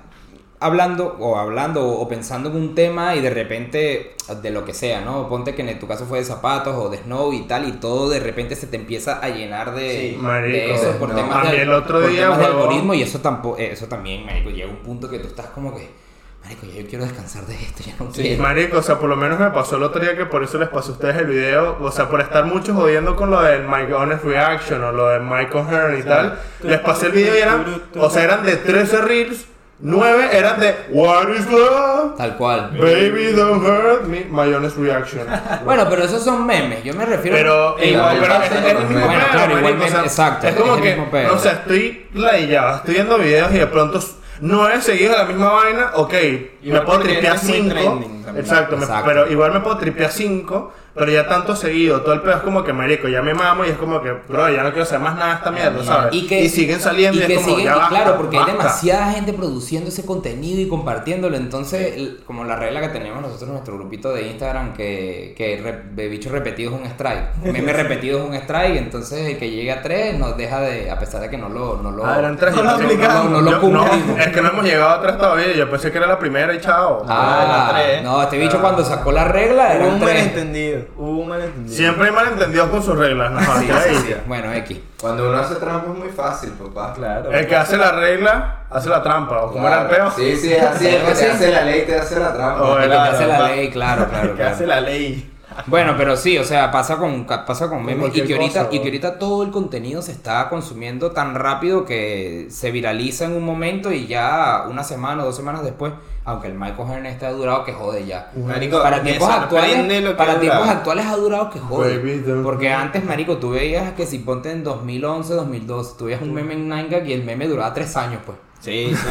Speaker 3: hablando o hablando o, o pensando en un tema y de repente de lo que sea, ¿no? Ponte que en tu caso fue de zapatos o de snow y tal y todo de repente se te empieza a llenar de,
Speaker 1: Sí,
Speaker 4: marico.
Speaker 3: de eso por
Speaker 2: No,
Speaker 3: temas,
Speaker 4: a mí
Speaker 3: de,
Speaker 4: el otro
Speaker 3: por
Speaker 4: día,
Speaker 3: temas de
Speaker 4: huevón.
Speaker 3: algoritmo y eso tampoco eso también, marico, llega un punto que tú estás como que marico, ya yo quiero descansar de esto, ya no quiero.
Speaker 4: Marico, o sea, por lo menos me pasó el otro día que por eso les pasé a ustedes el video. O sea, por estar mucho jodiendo con lo del My Honest Reaction o lo de Michael Hearn y tal. Les pasé el video y eran, o sea, eran de 13 reels, 9 eran de What is love?
Speaker 3: Tal cual.
Speaker 4: Baby, don't hurt me. My Honest Reaction.
Speaker 3: Bueno, pero esos son memes, yo me refiero
Speaker 4: Pero
Speaker 3: Eh,
Speaker 4: igual,
Speaker 2: igual
Speaker 4: pero
Speaker 2: pasa
Speaker 4: es,
Speaker 2: con
Speaker 4: es el
Speaker 2: los
Speaker 4: mismo
Speaker 2: memes.
Speaker 4: pedo,
Speaker 3: Bueno, claro,
Speaker 4: marico,
Speaker 3: igualmente, exacto,
Speaker 4: Es
Speaker 3: es
Speaker 4: como
Speaker 3: el
Speaker 4: que,
Speaker 3: mismo pedo.
Speaker 4: o sea, estoy ladillado, estoy viendo videos y de pronto s- nueve seguidos de la misma vaina, ok, me
Speaker 1: Igual
Speaker 4: puedo
Speaker 1: porque
Speaker 4: tripear
Speaker 1: es muy
Speaker 4: cinco.
Speaker 1: trending también.
Speaker 4: Exacto, me-
Speaker 3: Exacto.
Speaker 4: pero igual me puedo tripear cinco, pero ya tanto seguido, todo el pedo es como que, marico, ya me mamo y es como que, bro, ya no quiero hacer más nada de esta mierda, ¿sabes?
Speaker 3: y que
Speaker 4: siguen saliendo y,
Speaker 3: y
Speaker 4: es
Speaker 3: que
Speaker 4: como,
Speaker 3: siguen-
Speaker 4: ya
Speaker 3: y
Speaker 4: basta,
Speaker 3: claro porque
Speaker 4: basta.
Speaker 3: hay demasiada gente produciendo ese contenido y compartiéndolo entonces el- como la regla que tenemos nosotros en nuestro grupito de Instagram que, que re- de bicho repetido es un strike meme repetido es un strike entonces el que llegue a tres nos deja de a pesar de que no lo no lo
Speaker 4: Ah, eran tres
Speaker 3: no,
Speaker 4: no,
Speaker 3: lo- no lo- no lo
Speaker 4: Yo-
Speaker 3: cumplimos.
Speaker 4: no, es que no hemos llegado a tres todavía, yo pensé que era la primera y chao.
Speaker 3: Ah,
Speaker 1: eran tres.
Speaker 3: no, este bicho cuando sacó la regla
Speaker 1: Hubo
Speaker 3: eran
Speaker 1: un
Speaker 3: tres.
Speaker 1: malentendido. Hubo un malentendido.
Speaker 4: Siempre hay malentendidos con sus reglas, no,
Speaker 3: Sí,
Speaker 4: qué
Speaker 3: sí, sí.
Speaker 4: idea.
Speaker 3: Bueno, X.
Speaker 2: Cuando uno hace trampa es muy fácil, papá.
Speaker 1: Claro.
Speaker 4: El que hace la regla, hace la trampa. ¿O como era el
Speaker 2: Claro.
Speaker 4: peo?
Speaker 2: Sí, sí, es así. El que
Speaker 3: Sí.
Speaker 2: te hace la ley te hace la trampa.
Speaker 4: Oh,
Speaker 3: El que
Speaker 4: Claro,
Speaker 3: hace la
Speaker 1: pa-
Speaker 3: ley, claro, claro.
Speaker 1: que
Speaker 3: claro.
Speaker 1: hace la ley.
Speaker 3: Bueno, pero sí, o sea, pasa con ca- pasa con memes y
Speaker 4: cualquier
Speaker 3: que ahorita
Speaker 4: cosa,
Speaker 3: y que
Speaker 4: bro.
Speaker 3: ahorita todo el contenido se está consumiendo tan rápido que se viraliza en un momento y ya una semana o dos semanas después, aunque el Michael Hearn este ha durado que jode ya.
Speaker 1: Marico,
Speaker 3: para
Speaker 1: me
Speaker 3: tiempos
Speaker 1: sorprende
Speaker 3: actuales,
Speaker 1: lo que
Speaker 3: para
Speaker 1: dura.
Speaker 3: tiempos actuales ha durado que
Speaker 4: Baby,
Speaker 3: jode.
Speaker 4: don't-
Speaker 3: Porque antes, marico, tú veías que si ponte en 2011, 2012, tú veías un meme en Nanga y el meme duraba tres años, pues.
Speaker 1: Sí, sí.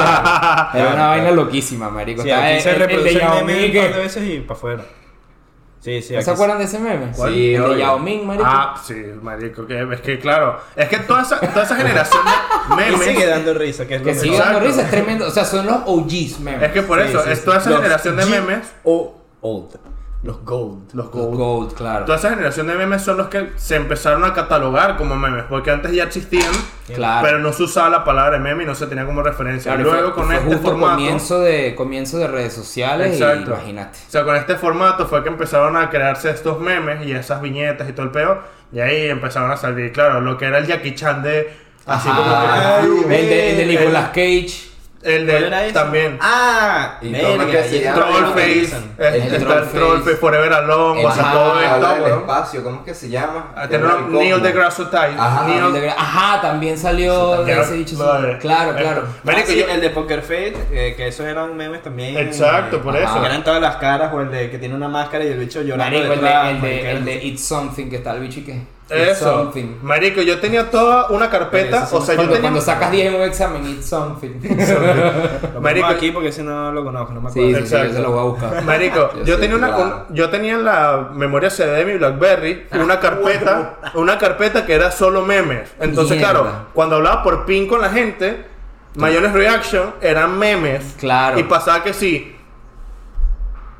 Speaker 3: Era una vaina loquísima, marico.
Speaker 1: Sí,
Speaker 3: Estaba
Speaker 1: aquí
Speaker 3: ah, el-
Speaker 1: se
Speaker 3: el- el de
Speaker 1: reproduce el
Speaker 3: Yao
Speaker 1: meme
Speaker 3: Ming
Speaker 1: un
Speaker 3: que-
Speaker 1: par de veces y para afuera. Sí, sí.
Speaker 3: ¿No
Speaker 1: aquí
Speaker 3: se acuerdan de ese meme?
Speaker 2: ¿Cuál?
Speaker 3: Sí, el de
Speaker 2: obvio.
Speaker 3: Yao Ming, marico.
Speaker 4: Ah, sí, marico. Que, es que claro, es que toda esa, toda esa generación de
Speaker 1: Y sigue
Speaker 4: memes.
Speaker 1: dando risa, que es lo
Speaker 3: Que
Speaker 1: mejor.
Speaker 3: sigue
Speaker 4: Exacto.
Speaker 3: dando risa, es tremendo. O sea, son los OGs, memes.
Speaker 4: Es que por
Speaker 1: Sí,
Speaker 4: eso,
Speaker 1: sí,
Speaker 4: es
Speaker 1: sí.
Speaker 4: toda esa
Speaker 1: Los
Speaker 4: generación de
Speaker 1: G
Speaker 4: memes.
Speaker 1: O old. Los gold.
Speaker 4: Los
Speaker 3: Los
Speaker 4: Gold.
Speaker 3: Gold, claro.
Speaker 4: Toda esa generación de memes son los que se empezaron a catalogar como memes, porque antes ya existían,
Speaker 3: Claro.
Speaker 4: pero no se usaba la palabra meme y no se tenía como referencia.
Speaker 3: Claro, y
Speaker 4: Luego
Speaker 3: fue-
Speaker 4: con
Speaker 3: fue
Speaker 4: este
Speaker 3: justo
Speaker 4: formato.
Speaker 3: comienzo de comienzo de redes sociales
Speaker 4: Exacto.
Speaker 3: y imagínate.
Speaker 4: O sea, con este formato fue que empezaron a crearse estos memes y esas viñetas y todo el peo. Y ahí empezaron a salir, claro, lo que era el Jackie Chan de. Así
Speaker 3: Ajá.
Speaker 4: como
Speaker 3: el, de, el de
Speaker 1: el-
Speaker 3: Nicolas Cage,
Speaker 4: que. El
Speaker 1: ¿Cuál era
Speaker 4: de.
Speaker 1: ese?
Speaker 4: También.
Speaker 1: Ah,
Speaker 2: Y
Speaker 1: verga,
Speaker 2: todo lo que
Speaker 1: y
Speaker 2: hacía-
Speaker 1: eso también lo
Speaker 4: Trollface.
Speaker 1: utilizan.
Speaker 4: este,
Speaker 3: El
Speaker 4: está el
Speaker 3: Trollface.
Speaker 4: Trollface, Forever Alone,
Speaker 3: El
Speaker 4: o sea,
Speaker 3: Ajá,
Speaker 4: todo
Speaker 2: Habla del
Speaker 4: esto, weón.
Speaker 2: espacio, ¿cómo es que se llama?
Speaker 4: Ah, que no-
Speaker 2: El
Speaker 4: Neil
Speaker 2: cosmos.
Speaker 4: deGrasse Tyson.
Speaker 2: Ajá,
Speaker 4: Neil-
Speaker 3: Ah, el de- ajá, también salió de
Speaker 4: Claro,
Speaker 3: ese dicho.
Speaker 4: madre.
Speaker 3: Claro, claro.
Speaker 1: Ah,
Speaker 4: Marico,
Speaker 1: sí,
Speaker 4: yo-
Speaker 1: el de Poker Face, eh, que esos eran memes también.
Speaker 4: Exacto, pues. por
Speaker 1: Ajá.
Speaker 4: eso.
Speaker 1: Que eran todas las caras, o el de que tiene una máscara y el bicho llorando.
Speaker 3: Marico, el de,
Speaker 1: detrás,
Speaker 3: el, de,
Speaker 1: marico.
Speaker 3: el de It's Something, que está el bicho y que. It's
Speaker 4: Eso.
Speaker 3: Something.
Speaker 4: Marico, yo tenía toda una carpeta.
Speaker 1: Esos son
Speaker 4: O sea, yo
Speaker 3: cuando,
Speaker 4: tenía.
Speaker 3: cuando sacas 10 en un examen, It's Something.
Speaker 1: Lo
Speaker 4: Marico,
Speaker 1: pongo aquí porque si no lo conozco, no me
Speaker 3: Sí, sí,
Speaker 1: acuerdo.
Speaker 3: sí, yo se
Speaker 4: Exacto.
Speaker 3: lo voy a buscar.
Speaker 4: Marico,
Speaker 2: Yo
Speaker 4: yo,
Speaker 2: sé,
Speaker 4: tenía una,
Speaker 2: claro.
Speaker 4: un- yo tenía en la memoria CD de mi BlackBerry una carpeta, una carpeta que era solo memes. Entonces,
Speaker 3: Mierda.
Speaker 4: claro, cuando hablaba por pin con la gente, Mayores Reaction eran memes.
Speaker 3: Claro.
Speaker 4: Y pasaba que sí.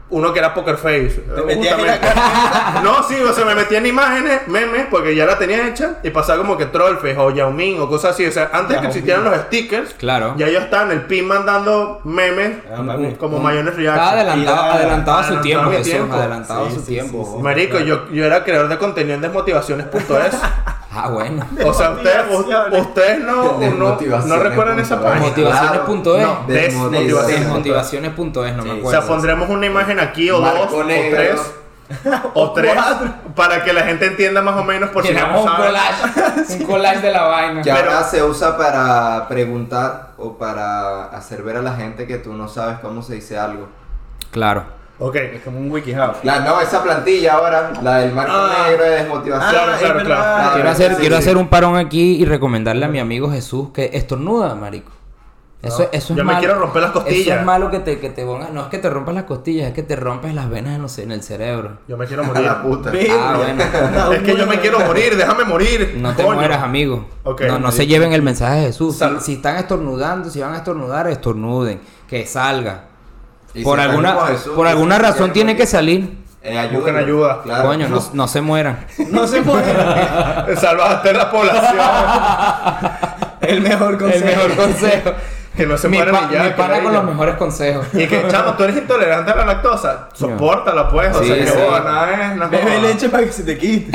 Speaker 4: Uno que era Poker Face. eh,
Speaker 1: metías en la
Speaker 4: justamente. No, sí, o sea, me metía en imágenes, memes, porque ya la tenía hecha. Y pasaba como que Trollface o Yao Ming o cosas así. O sea, antes que existieran los stickers,
Speaker 3: Claro.
Speaker 4: ya yo estaba en el pin mandando memes
Speaker 1: Ah, mami.
Speaker 4: como Mayores
Speaker 3: Estaba
Speaker 4: Reaction.
Speaker 3: adelantado,
Speaker 1: Ya,
Speaker 3: adelantado a su
Speaker 4: adelantado
Speaker 3: tiempo,
Speaker 4: a mi
Speaker 3: Jesús,
Speaker 4: tiempo.
Speaker 3: adelantado a
Speaker 1: Sí,
Speaker 3: su
Speaker 1: sí,
Speaker 3: tiempo.
Speaker 1: sí, sí.
Speaker 4: Marico, yo, yo era creador de contenido en desmotivaciones.es.
Speaker 3: Ah, bueno.
Speaker 4: O sea, ustedes, u- ustedes no, no, no
Speaker 2: Desmotivaciones.
Speaker 4: recuerdan esa página.
Speaker 3: Motiva- Motivaciones.es.
Speaker 2: Claro, no,
Speaker 4: Desmotivaciones.
Speaker 3: Desmotivaciones.es, no
Speaker 1: Sí,
Speaker 3: me
Speaker 4: O sea,
Speaker 3: acuerdo.
Speaker 4: pondremos una imagen aquí o
Speaker 2: Marco
Speaker 4: dos o
Speaker 2: negro.
Speaker 4: tres. O tres para que la gente entienda más o menos por si no
Speaker 3: Llenamos un
Speaker 4: saben.
Speaker 3: collage, un collage de la vaina.
Speaker 2: Que
Speaker 4: Pero-
Speaker 2: ahora se usa para preguntar o para hacer ver a la gente que tú no sabes cómo se dice algo.
Speaker 3: Claro.
Speaker 4: Ok.
Speaker 1: Es como un wikihow.
Speaker 2: La, no, esa plantilla ahora, la del marco
Speaker 4: Ah.
Speaker 2: negro de desmotivación.
Speaker 4: Claro, claro, claro.
Speaker 3: Quiero hacer,
Speaker 2: Sí,
Speaker 3: quiero
Speaker 2: sí.
Speaker 3: hacer un parón aquí y recomendarle a mi amigo Jesús que estornuda, marico. Eso, eso es
Speaker 4: Yo me
Speaker 3: malo.
Speaker 4: quiero romper las
Speaker 3: Eso
Speaker 4: costillas.
Speaker 3: es malo que te, que te pongas. No es que te rompas las costillas, es que te rompes las venas en, los- en el cerebro.
Speaker 4: Yo me quiero
Speaker 2: A
Speaker 4: morir.
Speaker 2: la puta.
Speaker 3: Ah, bueno.
Speaker 4: Es que yo me quiero morir, déjame morir.
Speaker 3: No te
Speaker 4: coño.
Speaker 3: mueras, amigo.
Speaker 4: Ok.
Speaker 3: no no se lleven el mensaje de Jesús. Si,
Speaker 4: Salud.
Speaker 3: si están estornudando, si van a estornudar, estornuden. Que salga.
Speaker 4: Ah.
Speaker 2: Y
Speaker 3: Por
Speaker 2: si están
Speaker 3: alguna,
Speaker 2: como Jesús,
Speaker 3: por alguna
Speaker 2: que
Speaker 3: razón
Speaker 2: quieren
Speaker 3: tiene que
Speaker 2: morir,
Speaker 3: salir.
Speaker 2: eh, ayúdenlo,
Speaker 4: Busquen ayuda.
Speaker 2: Claro.
Speaker 3: Coño, no, no se mueran.
Speaker 1: No se muere.
Speaker 4: Salvaste la población.
Speaker 1: El mejor
Speaker 3: el
Speaker 1: consejo.
Speaker 3: mejor consejo.
Speaker 4: que no se
Speaker 3: mi
Speaker 4: mueran
Speaker 3: pa-
Speaker 4: y ya.
Speaker 3: mi
Speaker 4: que
Speaker 3: pana
Speaker 4: no
Speaker 3: con
Speaker 4: haya-
Speaker 3: los mejores consejos.
Speaker 4: Y que, chamo, tú eres intolerante a la lactosa. Sopórtala, pues. O
Speaker 3: Sí,
Speaker 4: sea, que
Speaker 3: sí.
Speaker 4: boba, nada es. nada
Speaker 1: Bebe
Speaker 4: joda.
Speaker 1: leche para que se te quite.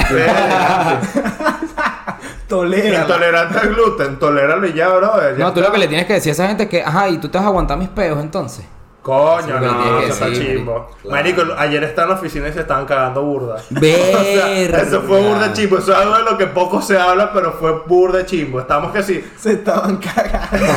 Speaker 1: Tolera.
Speaker 4: Intolerante al gluten, toléralo y ya, bro.
Speaker 3: No, tú lo que le tienes que decir a esa gente es que, ajá, y tú te vas a aguantar mis peos entonces.
Speaker 4: Coño,
Speaker 3: Sí,
Speaker 4: no,
Speaker 3: tiene que
Speaker 4: eso está
Speaker 3: decir,
Speaker 4: chimbo. Marico, ayer estaba en la oficina y se estaban cagando burda. O sea,
Speaker 3: Ver.
Speaker 4: eso fue burda chimbo. Eso es algo de lo que poco se habla, pero fue burda chimbo. Estamos que sí.
Speaker 1: Se estaban cagando.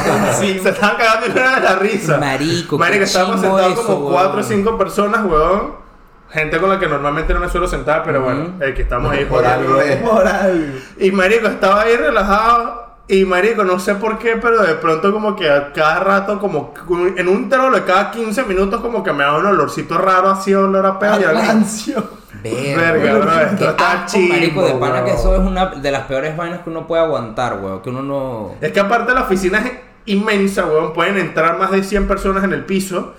Speaker 1: Sí.
Speaker 4: Se estaban cagando y no era de la risa.
Speaker 3: Marico,
Speaker 4: Marico,
Speaker 3: qué
Speaker 4: estábamos
Speaker 3: chimbo
Speaker 4: sentados
Speaker 3: eso,
Speaker 4: como
Speaker 3: weón.
Speaker 4: cuatro o cinco personas, weón. Gente con la que normalmente no me suelo sentar, pero bueno, el que estamos ahí
Speaker 2: Por algo es.
Speaker 1: Por algo.
Speaker 4: Y marico, estaba ahí relajado. Y marico, no sé por qué, pero de pronto como que a cada rato, como que en un intervalo de cada 15 minutos, como que me da un olorcito raro así, olor a peo. Y algo-
Speaker 1: Rancio.
Speaker 3: Ver,
Speaker 4: Verga,
Speaker 3: weón.
Speaker 4: bro, esto
Speaker 3: Qué
Speaker 4: está
Speaker 3: asco, Marico, de
Speaker 4: chimbo,
Speaker 3: pana
Speaker 4: weón.
Speaker 3: que eso es una de las peores vainas que uno puede aguantar, weón. Que uno no.
Speaker 4: Es que aparte la oficina es inmensa, weón. Pueden entrar más de 100 personas en el piso.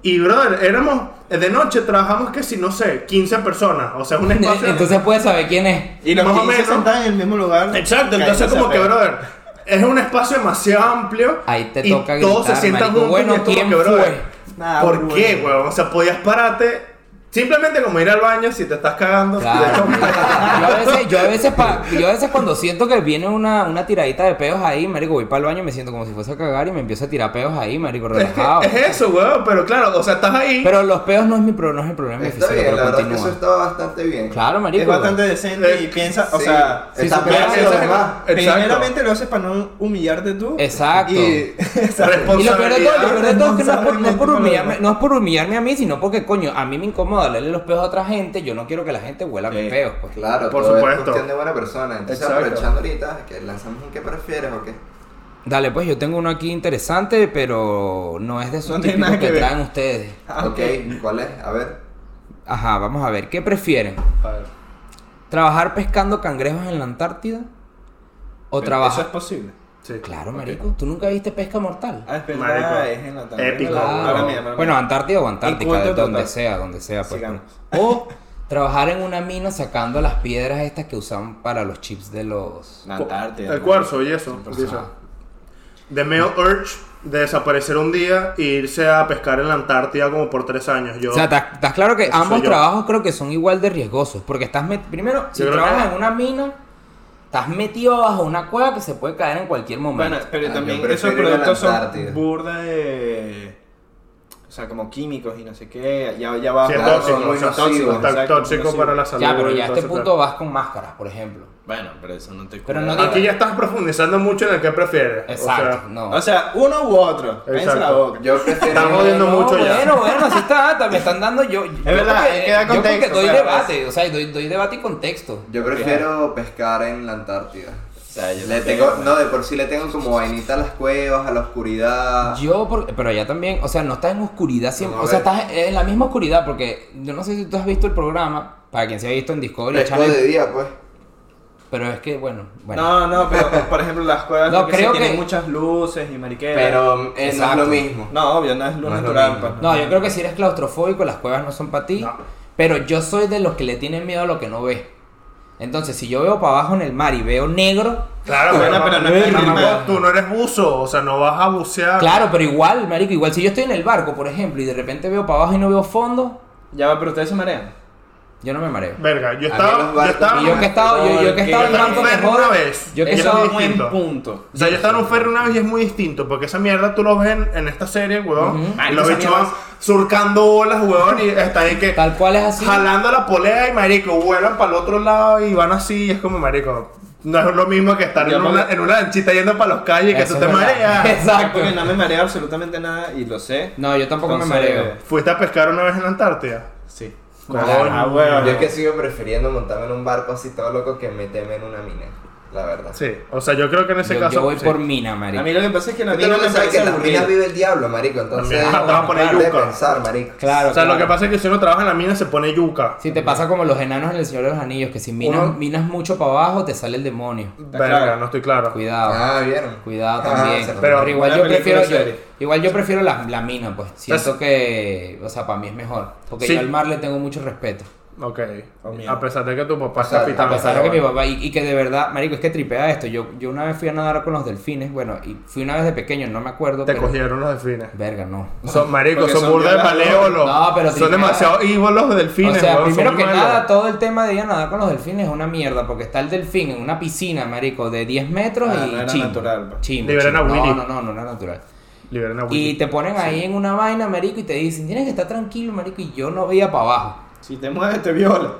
Speaker 4: Y, brother, éramos... De noche trabajamos que si, no sé, 15 personas. O sea, es un espacio...
Speaker 3: Entonces puedes saber quién es.
Speaker 1: Y los
Speaker 4: Más o
Speaker 1: 15
Speaker 4: menos.
Speaker 1: sentaban en el mismo lugar.
Speaker 4: Exacto, entonces
Speaker 1: Cayéndose
Speaker 4: como
Speaker 1: a
Speaker 4: que,
Speaker 1: pedo.
Speaker 4: brother, es un espacio demasiado amplio.
Speaker 3: Ahí te
Speaker 4: y
Speaker 3: toca
Speaker 4: todos
Speaker 3: gritar,
Speaker 4: se sientan
Speaker 3: marico.
Speaker 4: juntos.
Speaker 3: Bueno,
Speaker 4: y es como
Speaker 3: ¿quién
Speaker 4: que,
Speaker 3: fue?
Speaker 4: brother,
Speaker 1: Nah,
Speaker 4: ¿Por
Speaker 1: bueno.
Speaker 4: qué, weón? O sea, podías pararte... Simplemente como ir al baño si te estás cagando. te echas
Speaker 3: Claro.
Speaker 4: un
Speaker 3: marico. yo, a veces, yo, a veces pa- yo a veces cuando siento que viene una, una tiradita de peos ahí, marico, voy para el baño y me siento como si fuese a cagar y me empiezo a tirar peos ahí, marico,
Speaker 4: Es, que
Speaker 3: relajado.
Speaker 4: es eso, weón. Pero claro, o sea, estás ahí.
Speaker 3: Pero los peos no es mi pro, no es el problema
Speaker 2: Está
Speaker 3: difícil,
Speaker 2: bien, la
Speaker 3: pero
Speaker 2: verdad es que eso
Speaker 3: continúa.
Speaker 2: estaba bastante bien.
Speaker 3: Claro, marico.
Speaker 1: Es bastante
Speaker 3: weón.
Speaker 1: decente y piensa, o
Speaker 2: Sí,
Speaker 1: sea,
Speaker 2: sí,
Speaker 1: está
Speaker 2: sí,
Speaker 1: pegado
Speaker 2: sí,
Speaker 1: a los
Speaker 2: sí,
Speaker 1: demás.
Speaker 4: sí, exacto.
Speaker 1: Primeramente lo haces para no humillarte tú.
Speaker 3: Exacto.
Speaker 1: Y,
Speaker 3: Y lo peor de todo, lo
Speaker 4: Responsabilidad.
Speaker 3: peor de todo es que no es por, no es por
Speaker 1: Responsabilidad.
Speaker 3: humillarme, no es por humillarme a mí, sino porque, coño, a mí me incomoda leerle los peos a otra gente. Yo no quiero que la gente huela
Speaker 1: Sí.
Speaker 3: mis peos. Pues.
Speaker 2: Claro,
Speaker 4: Por
Speaker 2: todo
Speaker 4: supuesto.
Speaker 2: es cuestión de buena persona. Entonces,
Speaker 4: Exacto.
Speaker 2: aprovechando ahorita, que lanzamos un que prefieres o qué.
Speaker 3: Dale, pues yo tengo uno aquí interesante, pero no es de esos
Speaker 1: No tiene
Speaker 3: típicos
Speaker 1: nada
Speaker 3: que,
Speaker 1: que ver.
Speaker 3: traen ustedes.
Speaker 1: Ah,
Speaker 2: ok, ¿cuál es? A ver.
Speaker 3: Ajá, vamos a ver. ¿Qué prefieren?
Speaker 4: A ver.
Speaker 3: ¿Trabajar pescando cangrejos en la Antártida?
Speaker 1: Pero Eso
Speaker 3: ¿O
Speaker 1: es
Speaker 3: trabajar...?
Speaker 1: posible.
Speaker 4: Sí.
Speaker 3: Claro, marico. ¿Tú nunca viste pesca mortal?
Speaker 1: Ah, es verdad,
Speaker 4: Marico.
Speaker 1: es en la tarde.
Speaker 4: Épico.
Speaker 1: Ahora
Speaker 3: Claro.
Speaker 1: mira, ahora mira.
Speaker 3: Bueno, Antártida o Antártica,
Speaker 1: Inculto
Speaker 3: de donde
Speaker 1: total.
Speaker 3: sea, donde sea. Pues,
Speaker 1: Sigamos.
Speaker 3: O trabajar en una mina sacando las piedras estas que usan para los chips de los...
Speaker 1: La Antártida.
Speaker 4: El cuarzo y eso. y eso. The male urge de desaparecer un día e irse a pescar en la Antártida como por tres años. Yo,
Speaker 3: O sea, ¿estás estás claro que
Speaker 4: Eso soy
Speaker 3: ambos
Speaker 4: yo.
Speaker 3: trabajos creo que son igual de riesgosos? Porque estás met- primero, si
Speaker 4: creo que-
Speaker 3: trabajas en una mina, estás metido bajo una cueva que se puede caer en cualquier momento.
Speaker 1: Bueno, pero
Speaker 2: Ah,
Speaker 1: también
Speaker 2: yo
Speaker 1: esos
Speaker 2: prefiero ir a la
Speaker 1: productos
Speaker 2: Antártida.
Speaker 1: son burda de. O sea, como químicos y no sé qué. Ya, ya va.
Speaker 4: si es
Speaker 2: claro,
Speaker 4: tóxico,
Speaker 2: son muy
Speaker 4: o sea,
Speaker 2: nocivos,
Speaker 4: está
Speaker 1: exacto,
Speaker 4: tóxico
Speaker 1: nocivos.
Speaker 4: para la salud.
Speaker 3: ya, pero ya a
Speaker 4: entonces,
Speaker 3: este punto vas con máscaras, por ejemplo.
Speaker 1: Bueno, pero eso no te
Speaker 3: Pero
Speaker 1: cura.
Speaker 3: no
Speaker 4: claro. Aquí ya estás profundizando mucho en el que prefieres.
Speaker 3: Exacto,
Speaker 4: O sea,
Speaker 3: no.
Speaker 1: O sea, uno u otro. Cállense la
Speaker 4: Exacto.
Speaker 1: boca.
Speaker 2: Yo prefiero.
Speaker 4: Estamos jodiendo
Speaker 3: No,
Speaker 4: mucho ya.
Speaker 3: Bueno, bueno, así está, te- me están dando yo. Es
Speaker 1: verdad, es que da
Speaker 3: Yo porque
Speaker 1: contexto,
Speaker 3: doy
Speaker 1: claro,
Speaker 3: debate, o sea, doy, doy debate y contexto.
Speaker 2: Yo prefiero pescar en la Antártida.
Speaker 1: O sea, yo
Speaker 2: Le
Speaker 1: no
Speaker 2: tengo, no, de por sí le tengo como vainita a las cuevas, a la oscuridad.
Speaker 3: Yo, por- pero allá también, o sea, no estás en oscuridad siempre,
Speaker 2: No, a
Speaker 3: o sea,
Speaker 2: ver.
Speaker 3: estás en la misma oscuridad porque yo no sé si tú has visto el programa, para quien se ha visto en Discovery,
Speaker 2: Pesco
Speaker 3: Channel,
Speaker 2: de día, pues.
Speaker 3: Pero es que, bueno, bueno.
Speaker 1: No, no, pero por ejemplo las cuevas
Speaker 3: No,
Speaker 1: de que
Speaker 3: creo
Speaker 1: sí tienen
Speaker 3: que-
Speaker 1: muchas luces y mariqueras.
Speaker 2: Pero eh, no es
Speaker 3: Exacto.
Speaker 2: lo mismo.
Speaker 1: No, obvio, no es luz
Speaker 2: No es lo
Speaker 1: natural.
Speaker 2: mismo.
Speaker 1: pues.
Speaker 3: No, yo creo que si eres claustrofóbico, las cuevas no son para ti.
Speaker 4: No.
Speaker 3: Pero yo soy de los que le tienen miedo a lo que no ve. Entonces, si yo veo para abajo en el mar y veo negro,
Speaker 4: Claro,
Speaker 1: Bueno,
Speaker 4: pero,
Speaker 1: pero
Speaker 4: no
Speaker 1: no es
Speaker 4: mamá,
Speaker 1: crimen.
Speaker 4: tú no eres buzo, o sea, no vas a bucear.
Speaker 3: claro, pero igual, marico, igual si yo estoy en el barco, por ejemplo, y de repente veo para abajo y no veo fondo,
Speaker 1: Ya va, pero ustedes se marean.
Speaker 3: yo no me mareo.
Speaker 4: Verga,
Speaker 2: A
Speaker 4: yo
Speaker 2: mí
Speaker 4: estaba,
Speaker 2: los
Speaker 4: yo
Speaker 2: barcos-
Speaker 4: estaba,
Speaker 3: Y yo que he estado, yo, yo que he estado en
Speaker 1: Porque
Speaker 3: barco
Speaker 4: enfermo
Speaker 3: mejor,
Speaker 4: una vez.
Speaker 3: yo que he
Speaker 4: Eso
Speaker 1: Eso
Speaker 3: estado
Speaker 1: es un buen
Speaker 4: distinto.
Speaker 1: punto.
Speaker 4: O sea, yo estaba en un ferry una vez y es muy distinto, porque esa mierda tú lo ves en, en esta serie, weón.
Speaker 3: Ujú.
Speaker 4: Y los
Speaker 1: Esa
Speaker 4: bichos
Speaker 1: mierda
Speaker 4: van surcando olas, weón, y está ahí que
Speaker 3: tal cual es así.
Speaker 4: jalando la polea y marico, vuelan para el otro lado y van así, y es como marico. No es lo mismo que estar
Speaker 1: Ya,
Speaker 4: en una,
Speaker 1: porque-
Speaker 4: en una lanchita yendo para los calles y que
Speaker 3: Eso
Speaker 4: tú
Speaker 3: es
Speaker 4: te
Speaker 3: verdad.
Speaker 4: mareas.
Speaker 3: Exacto.
Speaker 1: Porque no me mareo absolutamente nada y lo sé.
Speaker 3: No, yo tampoco me
Speaker 1: Entonces,
Speaker 3: mareo.
Speaker 4: ¿Fuiste a pescar una vez en la Antártida?
Speaker 1: Sí.
Speaker 4: Coño.
Speaker 2: Yo es que sigo prefiriendo montarme en un barco así todo loco que meterme en una mina, la verdad.
Speaker 4: Sí, o sea, yo creo que en ese
Speaker 3: Yo,
Speaker 4: caso.
Speaker 3: yo voy
Speaker 4: sí.
Speaker 3: por mina, marico.
Speaker 1: A mí lo que pasa es que la
Speaker 2: Tú
Speaker 1: mina
Speaker 2: no
Speaker 1: me
Speaker 2: sabes
Speaker 1: parece
Speaker 2: que en las minas
Speaker 1: aburrida.
Speaker 2: vive el diablo, marico, entonces
Speaker 4: Las minas te van a poner
Speaker 2: deja de
Speaker 4: yuca.
Speaker 2: pensar, marico.
Speaker 3: Claro,
Speaker 4: O sea, lo
Speaker 3: claro.
Speaker 4: que pasa es que si uno trabaja en la mina se pone yuca.
Speaker 3: Si te pasa como los enanos en el Señor de los Anillos, que si minas,
Speaker 2: Uno-
Speaker 3: minas mucho para abajo, te sale el demonio.
Speaker 4: Verga,
Speaker 1: claro.
Speaker 4: no estoy claro.
Speaker 3: Cuidado.
Speaker 2: Ah, ¿vieron?
Speaker 3: Cuidado
Speaker 2: Ah,
Speaker 3: también.
Speaker 2: se lo-
Speaker 4: pero-
Speaker 3: pero igual
Speaker 1: una
Speaker 3: yo
Speaker 1: película
Speaker 3: prefiero yo-
Speaker 1: serie.
Speaker 3: igual yo prefiero la, la mina, pues. Siento
Speaker 4: Entonces-
Speaker 3: que, o sea, para mí es mejor, porque
Speaker 4: Sí.
Speaker 3: yo al mar le tengo mucho respeto.
Speaker 4: Ok.
Speaker 1: Oh, mierda.
Speaker 4: a pesar de que tu papá
Speaker 2: O sea,
Speaker 4: está pitando.
Speaker 3: A pesar de que
Speaker 4: pero
Speaker 3: mi
Speaker 4: bueno.
Speaker 3: papá y, y que de verdad, marico, es que tripea esto. Yo yo una vez fui a nadar con los delfines, bueno, y fui una vez de pequeño, no me acuerdo,
Speaker 4: Te
Speaker 3: pero-
Speaker 4: cogieron los delfines.
Speaker 3: Verga, no.
Speaker 4: Son, marico,
Speaker 1: Porque
Speaker 4: son
Speaker 1: son
Speaker 4: burda de
Speaker 1: violadores.
Speaker 4: maleolos.
Speaker 3: No, pero sí,
Speaker 4: son demasiado íbolos de delfines.
Speaker 3: o sea,
Speaker 4: weón, son
Speaker 3: primero
Speaker 4: muy
Speaker 3: que
Speaker 4: malos.
Speaker 3: nada, todo el tema de ir a nadar con los delfines es una mierda, porque está el delfín en una piscina, marico, de 10 metros
Speaker 1: Ah,
Speaker 3: y
Speaker 1: no era
Speaker 3: chimbo,
Speaker 1: natural, pues.
Speaker 3: chimbo,
Speaker 4: Liberan
Speaker 3: chimbo.
Speaker 4: a Willy.
Speaker 3: No, no, no, no era natural.
Speaker 4: Liberen a
Speaker 3: Y
Speaker 4: Willy.
Speaker 3: te ponen ahí en una vaina, marico, y te dicen, tienes que estar tranquilo, marico, y yo no veía para abajo.
Speaker 1: Si te mueves, te viola.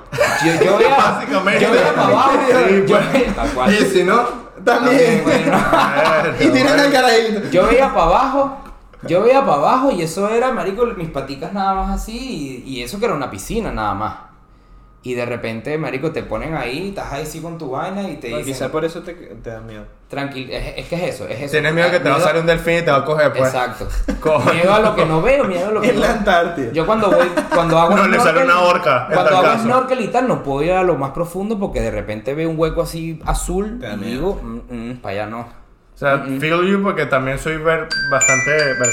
Speaker 3: Yo, yo veía,
Speaker 4: Básicamente.
Speaker 3: yo veía para abajo.
Speaker 4: Sí, pues,
Speaker 3: yo,
Speaker 4: bueno.
Speaker 3: veía- tal cual.
Speaker 2: Y si no, también.
Speaker 3: También, bueno.
Speaker 4: Verga,
Speaker 1: el carajito.
Speaker 3: Yo veía para abajo, yo veía para abajo y eso era, marico, mis paticas nada más así y, y eso que era una piscina nada más. Y de repente, marico, te ponen ahí, estás ahí sí con tu vaina y te
Speaker 4: Pues
Speaker 1: Quizá
Speaker 3: dicen,
Speaker 1: por eso te, te da miedo.
Speaker 3: tranquilo, es, es que es eso, es eso.
Speaker 4: Tienes miedo que te va a salir un delfín y te va a coger, pues.
Speaker 3: Exacto.
Speaker 4: Coño.
Speaker 3: Miedo a lo que no veo, miedo a lo que
Speaker 1: En
Speaker 3: no
Speaker 1: la Antártida.
Speaker 3: Yo cuando voy, cuando hago
Speaker 4: No, le sale una orca, en
Speaker 3: Cuando
Speaker 4: tal
Speaker 3: hago
Speaker 4: caso.
Speaker 3: snorkel y tal, no puedo ir a lo más profundo porque de repente veo un hueco así azul
Speaker 1: Te da
Speaker 3: y
Speaker 1: miedo.
Speaker 3: digo, para allá no.
Speaker 4: O sea, feel you porque también soy ver- bastante. Verga.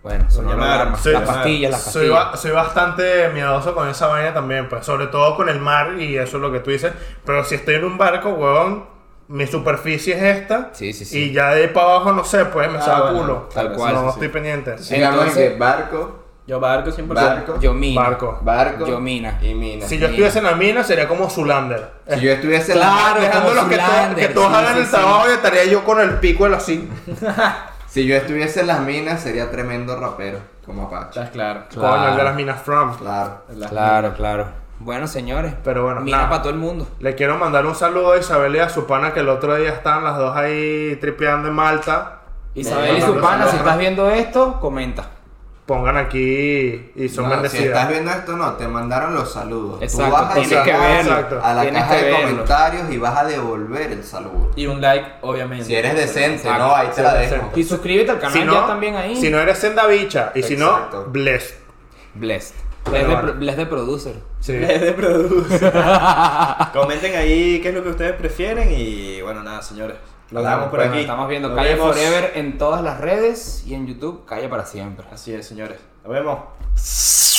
Speaker 3: Bueno, son
Speaker 1: llamaron,
Speaker 3: alarmas.
Speaker 4: sí,
Speaker 3: las
Speaker 1: llamaron.
Speaker 3: pastillas, las
Speaker 4: Soy,
Speaker 3: pastillas.
Speaker 4: ba- soy bastante miedoso con esa vaina también, pues, sobre todo con el mar y eso es lo que tú dices. Pero si estoy en un barco, huevón, mi superficie es esta.
Speaker 3: Sí, sí, sí.
Speaker 4: Y ya de ahí para abajo, no sé, pues me
Speaker 1: Ah,
Speaker 4: saca
Speaker 1: bueno,
Speaker 4: culo.
Speaker 3: tal
Speaker 4: No,
Speaker 3: cual,
Speaker 4: No,
Speaker 3: sí,
Speaker 4: estoy pendiente.
Speaker 2: Digamos
Speaker 3: Entonces-
Speaker 2: que barco,
Speaker 1: Yo barco 100%.
Speaker 2: barco,
Speaker 3: Yo mina.
Speaker 4: Barco.
Speaker 2: barco
Speaker 3: Yo mina.
Speaker 2: y mina.
Speaker 4: Si yo estuviese en la mina, sería como Zulander.
Speaker 2: Si yo estuviese en la
Speaker 3: Claro,
Speaker 4: Dejando
Speaker 3: como
Speaker 4: los que, to-
Speaker 3: Zoolander,
Speaker 4: que todos
Speaker 3: sí,
Speaker 4: hagan
Speaker 3: sí,
Speaker 4: el
Speaker 3: sí.
Speaker 4: trabajo y estaría yo con el pico de así.
Speaker 2: Si yo estuviese en las minas, sería tremendo rapero, como Apache.
Speaker 1: Estás claro.
Speaker 4: Coño, el de
Speaker 3: Claro.
Speaker 4: las minas From.
Speaker 2: Claro.
Speaker 1: Las-
Speaker 3: Claro, claro. Bueno, señores.
Speaker 4: Pero bueno,
Speaker 3: Mina
Speaker 4: nada.
Speaker 3: para todo el mundo.
Speaker 4: Le quiero mandar un saludo a Isabel y a su pana que el otro día estaban las dos ahí tripeando en Malta.
Speaker 3: Isabel y
Speaker 2: mando
Speaker 3: su pana,
Speaker 2: saludos.
Speaker 3: si estás viendo esto, comenta.
Speaker 4: Pongan aquí y son
Speaker 2: No, si estás
Speaker 4: bendecidas.
Speaker 2: viendo esto, no, te mandaron los saludos.
Speaker 3: Exacto,
Speaker 2: Tú vas a
Speaker 3: tienes
Speaker 2: llegar
Speaker 3: que verlo.
Speaker 4: exacto.
Speaker 2: a la
Speaker 3: tienes
Speaker 2: caja
Speaker 3: que
Speaker 2: de
Speaker 3: verlo.
Speaker 2: comentarios y vas a devolver el saludo.
Speaker 1: Y un like, obviamente.
Speaker 2: Si eres decente,
Speaker 3: Exacto.
Speaker 2: no, ahí te la dejo.
Speaker 3: Y suscríbete al canal
Speaker 4: Si
Speaker 3: ya
Speaker 4: no,
Speaker 3: también ahí.
Speaker 4: si no eres senda bicha y si no,
Speaker 2: Exacto.
Speaker 4: blessed.
Speaker 3: Blessed.
Speaker 4: Bueno,
Speaker 3: Blessed de,
Speaker 4: bueno.
Speaker 3: blessed de producer.
Speaker 4: Sí.
Speaker 1: Es de produce. Comenten ahí qué es lo que ustedes prefieren y bueno, nada, señores. Nos
Speaker 2: Claro,
Speaker 1: vemos por
Speaker 2: bueno,
Speaker 1: aquí.
Speaker 3: Estamos viendo
Speaker 1: Nos
Speaker 3: Calle
Speaker 1: vemos.
Speaker 3: Forever en todas las redes y en YouTube Calle para siempre.
Speaker 1: Así es, señores. Nos vemos.